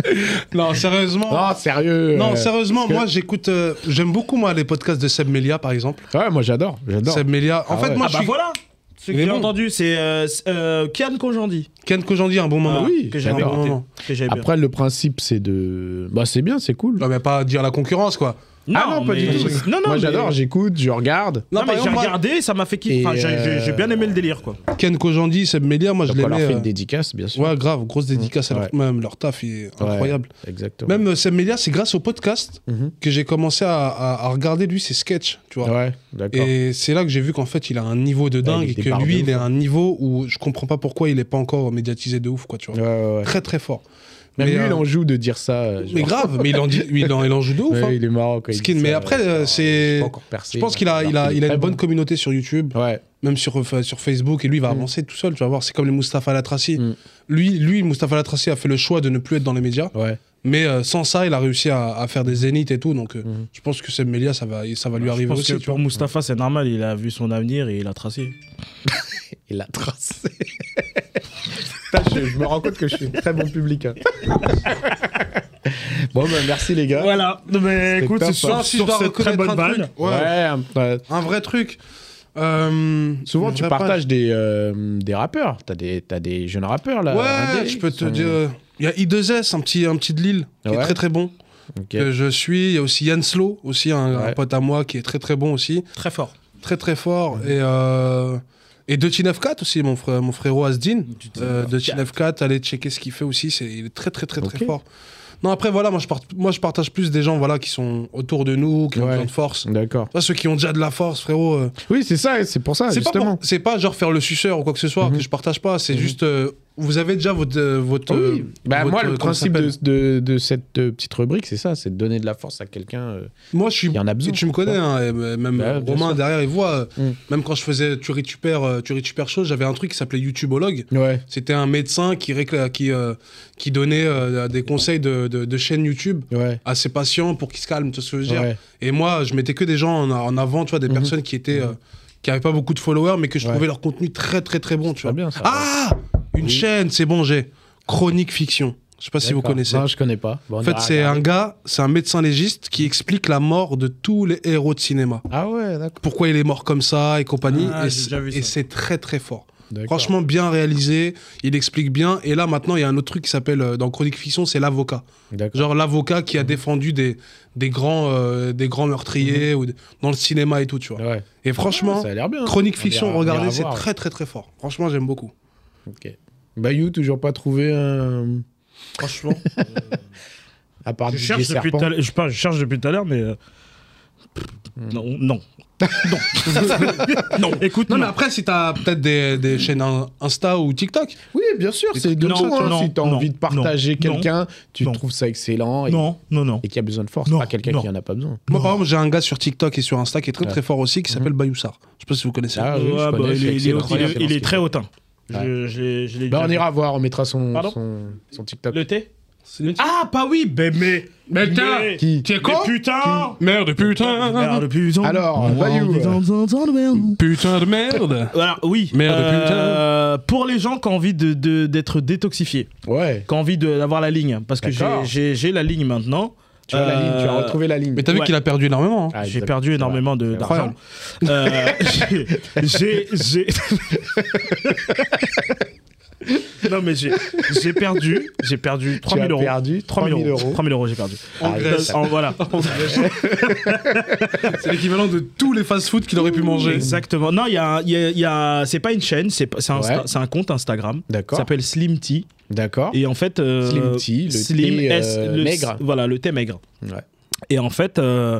B: non, sérieusement.
C: Non, sérieux.
B: Non,
C: euh,
B: sérieusement,
C: parce que-
B: moi j'écoute, euh, j'aime beaucoup moi les podcasts de Seb Melia par exemple.
C: Ouais, moi j'adore, j'adore.
B: Seb Melia, en
C: Ah
B: fait
C: ouais.
B: moi
A: ah
B: je
A: bah
B: suis
A: voilà Ce que
B: Il est
A: j'ai
B: bon.
A: entendu, c'est euh, c'est, euh, Kian Kojandi.
B: Ken Kojandi un bon moment.
C: Ah oui, Ah,
A: que j'avais
B: un
C: j'adore.
B: bon
A: écouté.
B: moment.
A: Que j'avais bien.
C: Après, le principe, c'est de. Bah, c'est bien, c'est cool.
B: Non mais pas à dire la concurrence quoi.
C: ah non, pas
A: mais-
C: du tout.
A: Non, non,
C: moi
A: mais-
C: j'adore, j'écoute, je regarde.
A: Non,
B: par
A: mais j'ai
B: exemple, moi,
A: regardé, ça m'a fait kiffer. Enfin,
C: Et,
A: j'ai- j'ai j'ai bien aimé le délire quoi.
B: Ken Kojandi, Seb Melia, moi je
C: Donc, on leur
B: l'aimais.
C: fait une
B: euh,
C: dédicace, bien sûr.
B: Ouais grave, grosse dédicace à
C: Ouais.
B: leur, même leur taf est
C: Ouais,
B: incroyable.
C: Exactement.
B: Même euh, Seb Melia, c'est grâce au podcast
C: Mhm.
B: que j'ai commencé à, à- à regarder lui ses sketchs, tu vois.
C: Ouais, d'accord.
B: Et c'est là que j'ai vu qu'en fait il a un niveau de dingue
C: il
B: et
C: était
B: que
C: bardé
B: lui
C: ou
B: il est à
C: quoi.
B: un niveau où je comprends pas pourquoi il est pas encore médiatisé de ouf quoi, tu vois.
C: Ouais, ouais, ouais.
B: Très très fort.
C: Même
B: mais,
C: lui,
B: euh,
C: il en joue de dire ça. euh,
B: Mais
C: genre.
B: grave, mais il en, dit, il en, il en joue de ouf.
C: Ouais,
B: hein.
C: il est marrant quand il
B: Skin,
C: dit
B: mais
C: ça,
B: après,
C: ouais.
B: euh,
C: Genre,
B: c'est-
C: je suis pas encore percé,
B: Je pense qu'il a,
C: alors
B: il a,
C: qu'il est
B: il a
C: très
B: une
C: bon.
B: bonne communauté sur YouTube,
C: Ouais,
B: même sur, euh, sur Facebook, et lui il va avancer tout seul, tu vas voir. C'est comme les Mustapha Latraci.
C: Mm.
B: Lui, lui, Mustapha Latraci a fait le choix de ne plus être dans les médias,
C: ouais.
B: mais euh, sans ça, il a réussi à, à faire des zéniths et tout. Donc euh, je pense que Seb Melia, ça va, ça va lui
A: Je
B: arriver
A: pense
B: aussi.
A: que
B: tu
A: pour
B: vois.
A: Mustapha, c'est normal, il a vu son avenir et il a tracé.
C: Il a tracé. Putain, je, je me rends compte que je suis très bon public. hein. bon, bah, merci les gars.
A: Voilà, mais
C: C'était
A: écoute,
C: top,
A: sur,
B: hein. Si je
A: sur
B: dois
A: cette très
B: reconnaître
A: bonne
B: un truc,
A: vanne.
B: Ouais.
C: Ouais, euh,
B: Un vrai truc. Euh,
C: Souvent,
B: une
C: tu
B: vraie
C: partages des, euh, des rappeurs. T'as des, t'as des jeunes rappeurs, là.
B: page.
C: indés,
B: Ouais, je peux
C: qui
B: te
C: sont-
B: dire. Il y a I2S, un petit, un petit de Lille, qui
C: Ouais.
B: est très très bon.
C: Ok.
B: que je suis. Il y a aussi Yann Slow, aussi un, un
C: Ouais.
B: pote à moi qui est très très bon aussi,
A: Très fort.
B: très très fort. Et euh, et 294 aussi, mon frère, mon frérot Asdin. Euh, 294, allez checker ce qu'il fait aussi. C'est il est très très très très
C: Ok.
B: fort. Non après voilà, moi je part- moi je partage plus des gens voilà qui sont autour de nous, qui ont
C: Ouais.
B: besoin de force. Tu
C: D'accord.
B: vois, ceux qui ont déjà de la force, frérot. euh,
C: Oui, c'est ça, c'est pour ça,
B: c'est pas
C: Ah, justement.
B: pour- c'est pas genre faire le suceur ou quoi que ce soit
C: Mhm.
B: que je partage pas. C'est
C: Mhm.
B: juste euh, vous avez déjà votre euh, votre.
C: Oui.
B: euh,
C: Bah,
B: votre-
C: moi, le
B: euh, comment ça
C: principe de,
B: s'appelle
C: de- de cette euh, petite rubrique, c'est ça, c'est de donner de la force à quelqu'un. euh.
B: Moi, je suis.
C: Il y en a besoin,
B: et tu me connais,
C: quoi.
B: hein, et m- même
C: Bah, bien
B: Romain
C: sûr.
B: derrière, il voit. euh,
C: Mm.
B: Même quand je faisais Tu récupères, euh, tu récupères chose, j'avais un truc qui s'appelait YouTubeologue.
C: Ouais.
B: C'était un médecin qui, récla- qui, euh, qui donnait euh, des conseils de, de, de chaîne YouTube
C: Ouais.
B: à ses patients pour qu'ils se calment, tu vois ce que je veux dire.
C: ouais.
B: Et moi, je mettais que des gens en, en avant, tu vois, des
C: Mhm.
B: personnes qui étaient. euh, qui n'avaient pas beaucoup de followers, mais que je
C: Ouais.
B: trouvais leur contenu très, très, très bon, tu
C: Très
B: vois.
C: bien, ça.
B: Ah Une
C: Oui.
B: chaîne, c'est bon, j'ai. Chronique Fiction. Je sais pas si vous
C: D'accord.
B: connaissez.
C: Non, je Ah, connais pas. Bon, on
B: En fait,
C: ira
B: c'est un
C: regarder.
B: gars, c'est un médecin légiste qui explique la mort de tous les héros de cinéma.
C: Ah ouais, d'accord.
B: Pourquoi il est mort comme ça et compagnie.
A: Ah,
B: et
A: j'ai
B: c'est-
A: déjà vu
B: et
A: ça.
B: c'est très très fort. Franchement, bien réalisé. Il explique bien. Et là, maintenant, il y a un autre truc qui s'appelle, euh, dans Chronique Fiction, c'est l'avocat.
C: D'accord.
B: Genre l'avocat qui a
C: Mhm.
B: défendu des, des, grands, euh, des grands meurtriers ou de- dans le cinéma et tout, tu vois.
C: Mhm. Ouais.
B: Et franchement,
C: Ça a l'air bien.
B: Chronique
C: On
B: Fiction,
C: verra- on
B: regardez,
C: verra
B: c'est
C: voir.
B: très, très, très fort. Franchement, j'aime beaucoup.
C: Ok. Bayou, toujours pas trouvé un.
B: Franchement.
C: À part
A: Je
C: du
A: cherche, depuis tout
C: serpent.
A: à l'heure- je, sais pas, je cherche depuis tout à l'heure, mais. euh, Non, non. Non. non, écoute,
B: non,
A: non.
B: mais après, si t'as peut-être des, des chaînes in- Insta ou TikTok,
C: Oui, bien sûr, c'est de
A: Non,
C: ça. hein.
A: non,
C: si t'as
A: non,
C: envie de partager
A: non,
C: quelqu'un, tu
A: non.
C: trouves ça excellent et,
A: Non, non, non.
C: et qu'il y a besoin de force.
A: Non,
C: Pas quelqu'un
A: non.
C: qui en a pas besoin.
B: moi, par exemple, j'ai un gars sur TikTok et sur Insta qui est très,
C: Ouais. Mhm.
B: très fort aussi, qui s'appelle Bayoussard. Je sais pas si vous connaissez.
C: Ah, oui, je
A: Ouais, bah,
C: connais, c'est
A: il est- il est
C: excellent,
A: haut- il est-
C: c'est
A: il
C: excellent.
A: est très hautain.
C: Ouais.
A: Je- je l'ai- je l'ai
C: Bah,
A: déjà
C: on
A: vu.
C: ira voir, on mettra son,
A: Pardon
C: son, son TikTok.
A: Le thé
B: le thé.
A: Ah, bah oui, ben, mais.
B: Mais putain,
C: Qui
B: T'es
A: Mais putain
B: Merde, putain
A: Merde, putain
C: Alors, Bayou.
B: Putain de merde
A: Alors, oui.
B: Merde,
A: euh, Pour les gens qui ont envie de- de- d'être détoxifiés,
C: Ouais.
A: qui ont envie de- d'avoir la ligne, parce que j'ai-
C: D'accord.
A: j'ai j'ai la ligne maintenant.
C: Tu as la ligne, tu as
A: Euh,
C: retrouvé la ligne.
B: Mais t'as vu
A: Ouais.
B: qu'il a perdu énormément. hein.
C: Ah,
A: J'ai
C: exact,
A: perdu
C: c'est
A: énormément de-
C: C'est
A: d'argent. Euh, j'ai- j'ai. j'ai- non, mais j'ai j'ai perdu. J'ai perdu
C: vrai. Tu
A: 3000
C: as
A: euros.
C: perdu 3000 euros.
A: 3000 euros, j'ai perdu.
C: Ah,
B: En
C: oui,
B: Grèce.
C: ça-
A: En- voilà.
B: Ah, C'est l'équivalent de tous les fast-food qu'il aurait pu manger.
A: Exactement. Non, il y a, un- il y a- il y a un- c'est pas une chaîne, c'est pas- c'est un,
C: Ouais.
A: c'est un compte Instagram. Ça
C: D'accord.
A: s'appelle Slim Tea.
C: D'accord.
A: Et en fait, euh,
C: Slim Tea, le
A: Slim
C: thé,
A: S,
C: euh,
A: le-
C: maigre.
A: Voilà, le thé maigre.
C: Ouais.
A: Et en fait, euh,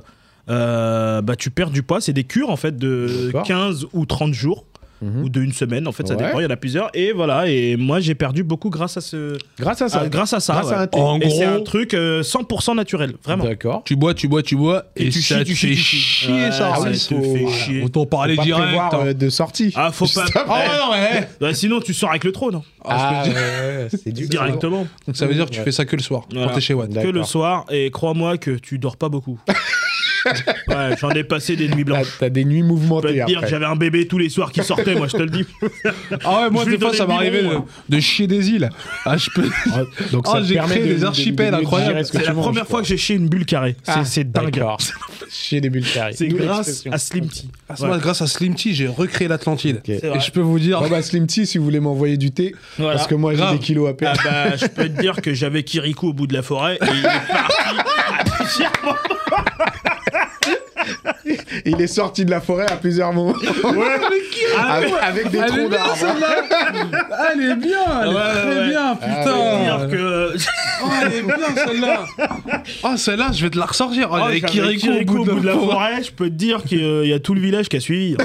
A: euh, bah, tu perds du poids. C'est des cures en fait de
C: D'accord.
A: 15 ou 30 jours
C: Mhm.
A: ou de une semaine. En fait, ça
C: Ouais.
A: dépend. Il y en a plusieurs. Et voilà. Et moi, j'ai perdu beaucoup grâce à ce,
C: Grâce à ça.
A: à- grâce à ça.
C: Ah, grâce
A: ouais.
C: à un thé.
B: En
A: Et c'est un
B: gros,
A: truc euh, 100% naturel, vraiment.
C: D'accord.
B: tu bois, tu bois, tu bois, et,
A: Et tu
B: ça
A: chies,
B: te
A: tu
B: fait
A: chies, tu chies.
B: chier,
A: Ouais,
B: ça.
A: ça
C: ouais,
A: te fait
C: faut-
A: chier.
B: Autant
C: Faut
B: parler
C: pas
B: direct.
C: prévoir
B: hein.
C: euh, de sortie.
A: Ah, faut pas.
C: Stop.
B: Ah ouais, non, mais, eh.
A: Ouais, Bah, sinon, tu sors avec le trône. hein.
B: Ah,
C: Ah,
B: je
C: ouais,
B: peux
C: ouais, c'est dur.
A: Directement.
B: te dis- Ça veut dire que tu
C: Ouais.
B: fais ça que le soir, quand
A: Voilà.
B: t'es chez Watt.
A: Que le
C: D'accord.
A: soir. Et crois-moi que tu dors pas beaucoup. ouais, j'en ai passé des nuits
C: T'as
A: blanches.
C: t'as des nuits
A: Je peux
C: mouvementées
A: te dire que
C: après.
A: j'avais un bébé tous les soirs qui sortait, moi, je te le dis.
B: Ah ouais, moi,
A: Je
B: des
A: lui
B: fois,
A: donnais
B: ça
A: le
B: m'arrivait de,
A: biberon,
B: de chier des îles. Ah, je peux.
C: Ah, Donc
B: Oh,
C: ça te
B: j'ai
C: permet
B: créé
C: de-
B: des
C: de- de-
B: archipels
C: de- de- de- de- de- de- de- de- de- de-
B: incroyables.
C: digérer ce que
A: C'est
C: tu
A: la
C: manges,
A: première fois
C: quoi.
A: que j'ai chié une bulle carrée. C'est-
C: Ah,
A: c'est dingue.
C: d'accord. Chez des bulles carrées.
A: C'est
C: D'où
A: grâce
C: l'expression.
A: à Slim Tea.
B: Ah, c'est moi, Grâce à Slim Tea, j'ai recréé l'Atlantide.
C: Ok.
A: C'est
B: Et
A: vrai.
B: je peux vous dire.
C: Bon bah Slim Tea, si vous voulez m'envoyer du thé,
A: Voilà.
C: parce que moi j'ai
B: Grave.
C: des kilos à
A: Ah
C: perdre.
A: bah, je peux te dire que j'avais Kirikou au bout de la forêt et il est parti à plusieurs moments.
C: Il est sorti de la forêt à plusieurs moments
A: Ah ouais,
C: avec, avec des
B: Elle est
C: troncs
B: bien,
C: d'arbres.
B: celle-là Elle est bien, elle est
A: Ouais,
B: très
A: ouais.
B: bien,
A: dire
B: putain
A: que
B: Oh, elle est bien, celle-là Oh, celle-là, je vais te la ressortir Oh,
A: Oh,
B: il y avait
A: j'avais
B: Kirikou au bout de,
A: la
B: forêt.
A: forêt, je peux te dire qu'il y a tout le village qui a suivi.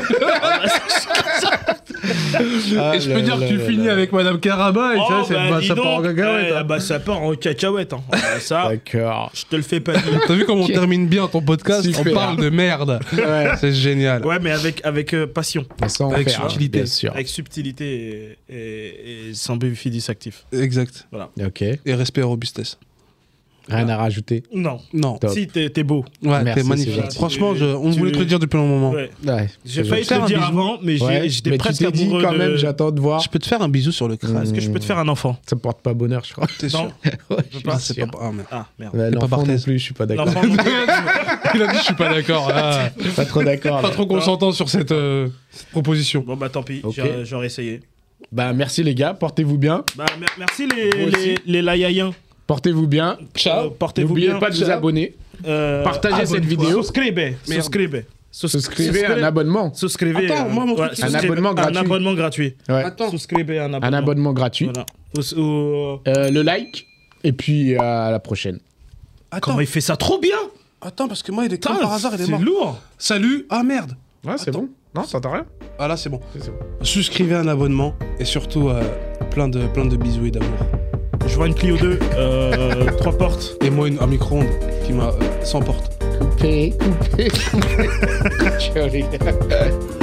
C: Ah
B: Et je
C: là
B: peux dire
C: là
B: que tu
C: là
B: finis
C: là.
B: avec Madame Caraba et
A: Oh,
B: ça, c'est
A: bah,
B: bah,
A: dis
B: ça part en
A: donc,
B: cacahuète.
A: ouais,
B: hein.
A: bah, ça part en cacahuète. hein. Ah, bah, ça,
C: D'accord.
A: je te le fais pas dire.
B: T'as vu comment on
C: Ok.
B: termine bien ton podcast On
C: Super.
B: parle de merde.
C: Ouais.
B: C'est génial.
A: Ouais, mais avec, avec euh, passion,
C: Mais sans
B: Avec
C: faire, hein,
B: subtilité.
C: bien sûr.
A: avec subtilité et, et- et sans bénéfice actif.
B: Exact.
C: Ok. Rien
B: Et respect et robustesse.
C: à rajouter.
A: Non.
B: Non.
C: Top.
A: Si, t'es t'es beau.
B: Ouais,
C: Merci,
B: t'es
C: c'est
B: magnifique.
C: gentil.
B: Franchement, je- on
A: Tu-
B: voulait te le dire depuis un moment.
A: Ouais.
C: Ouais.
A: J'ai
C: c'est
A: failli te
B: faire
A: le
B: un
A: dire
B: bisou.
A: avant, mais j'ai-
C: Ouais,
A: j'étais
C: mais tu
A: presque
C: t'es dit
A: amoureux
C: quand
A: de-
C: même, j'attends de voir.
B: Je peux te faire un bisou sur le crâne.
A: Est-ce que je peux te faire un enfant
C: Ça porte pas bonheur, je crois.
B: T'es
A: Non.
B: sûr
C: Je
B: Ah,
C: suis
B: c'est
C: sûr.
B: pas. Ah, merde.
A: Ah, merde.
C: Ouais,
B: pas
C: L'enfant non
B: Barthez.
C: plus, je suis pas d'accord.
A: L'enfant, non.
B: Il a dit, je suis pas d'accord. ah.
C: Pas trop d'accord.
B: Pas
C: là.
B: trop qu'on s'entend sur cette euh, cette proposition.
A: Bon, bah tant pis,
C: Ok.
A: j'ai- j'aurais essayé.
C: Bah merci les gars, portez-vous bien.
A: Bah, mer- merci les,
C: Vous aussi.
A: les, les laïaïens.
C: Portez-vous bien. Euh,
A: Ciao. Portez-vous
C: N'oubliez
A: bien.
C: pas de vous abonner.
A: Euh,
C: Partagez cette
A: abonne-toi.
C: vidéo.
A: Souscrivez.
B: Merde.
A: Souscrivez. Sous-
C: Souscrivez à un abonnement.
A: Souscrivez.
B: Attends, moi, mon truc, c'est-
A: souscrivez-
C: Un abonnement gratuit.
A: euh, Un abonnement gratuit.
C: Ouais.
B: Attends.
A: Souscrivez à un abonnement.
C: Un abonnement gratuit.
A: Voilà. Ou- ou-
C: Euh, le like. Et puis euh, à la prochaine.
B: Attends,
A: Comment il fait ça trop bien
B: attends, parce que moi, il est comme
A: Putain,
B: par hasard, il est
A: C'est
B: mort.
A: lourd.
B: Salut, ah merde.
C: Ouais, c'est
B: Attends.
C: bon. Non, ça t'entend rien
B: Ah là, c'est bon.
C: C'est bon.
B: Suscrivez un abonnement et surtout euh, plein, de, plein de bisous et d'amour.
A: Je vois une Clio 2, euh, trois portes.
B: Et moi, une- un micro-ondes qui m'a euh, sans porte.
C: Coupé, coupé, coupé. Je rigole.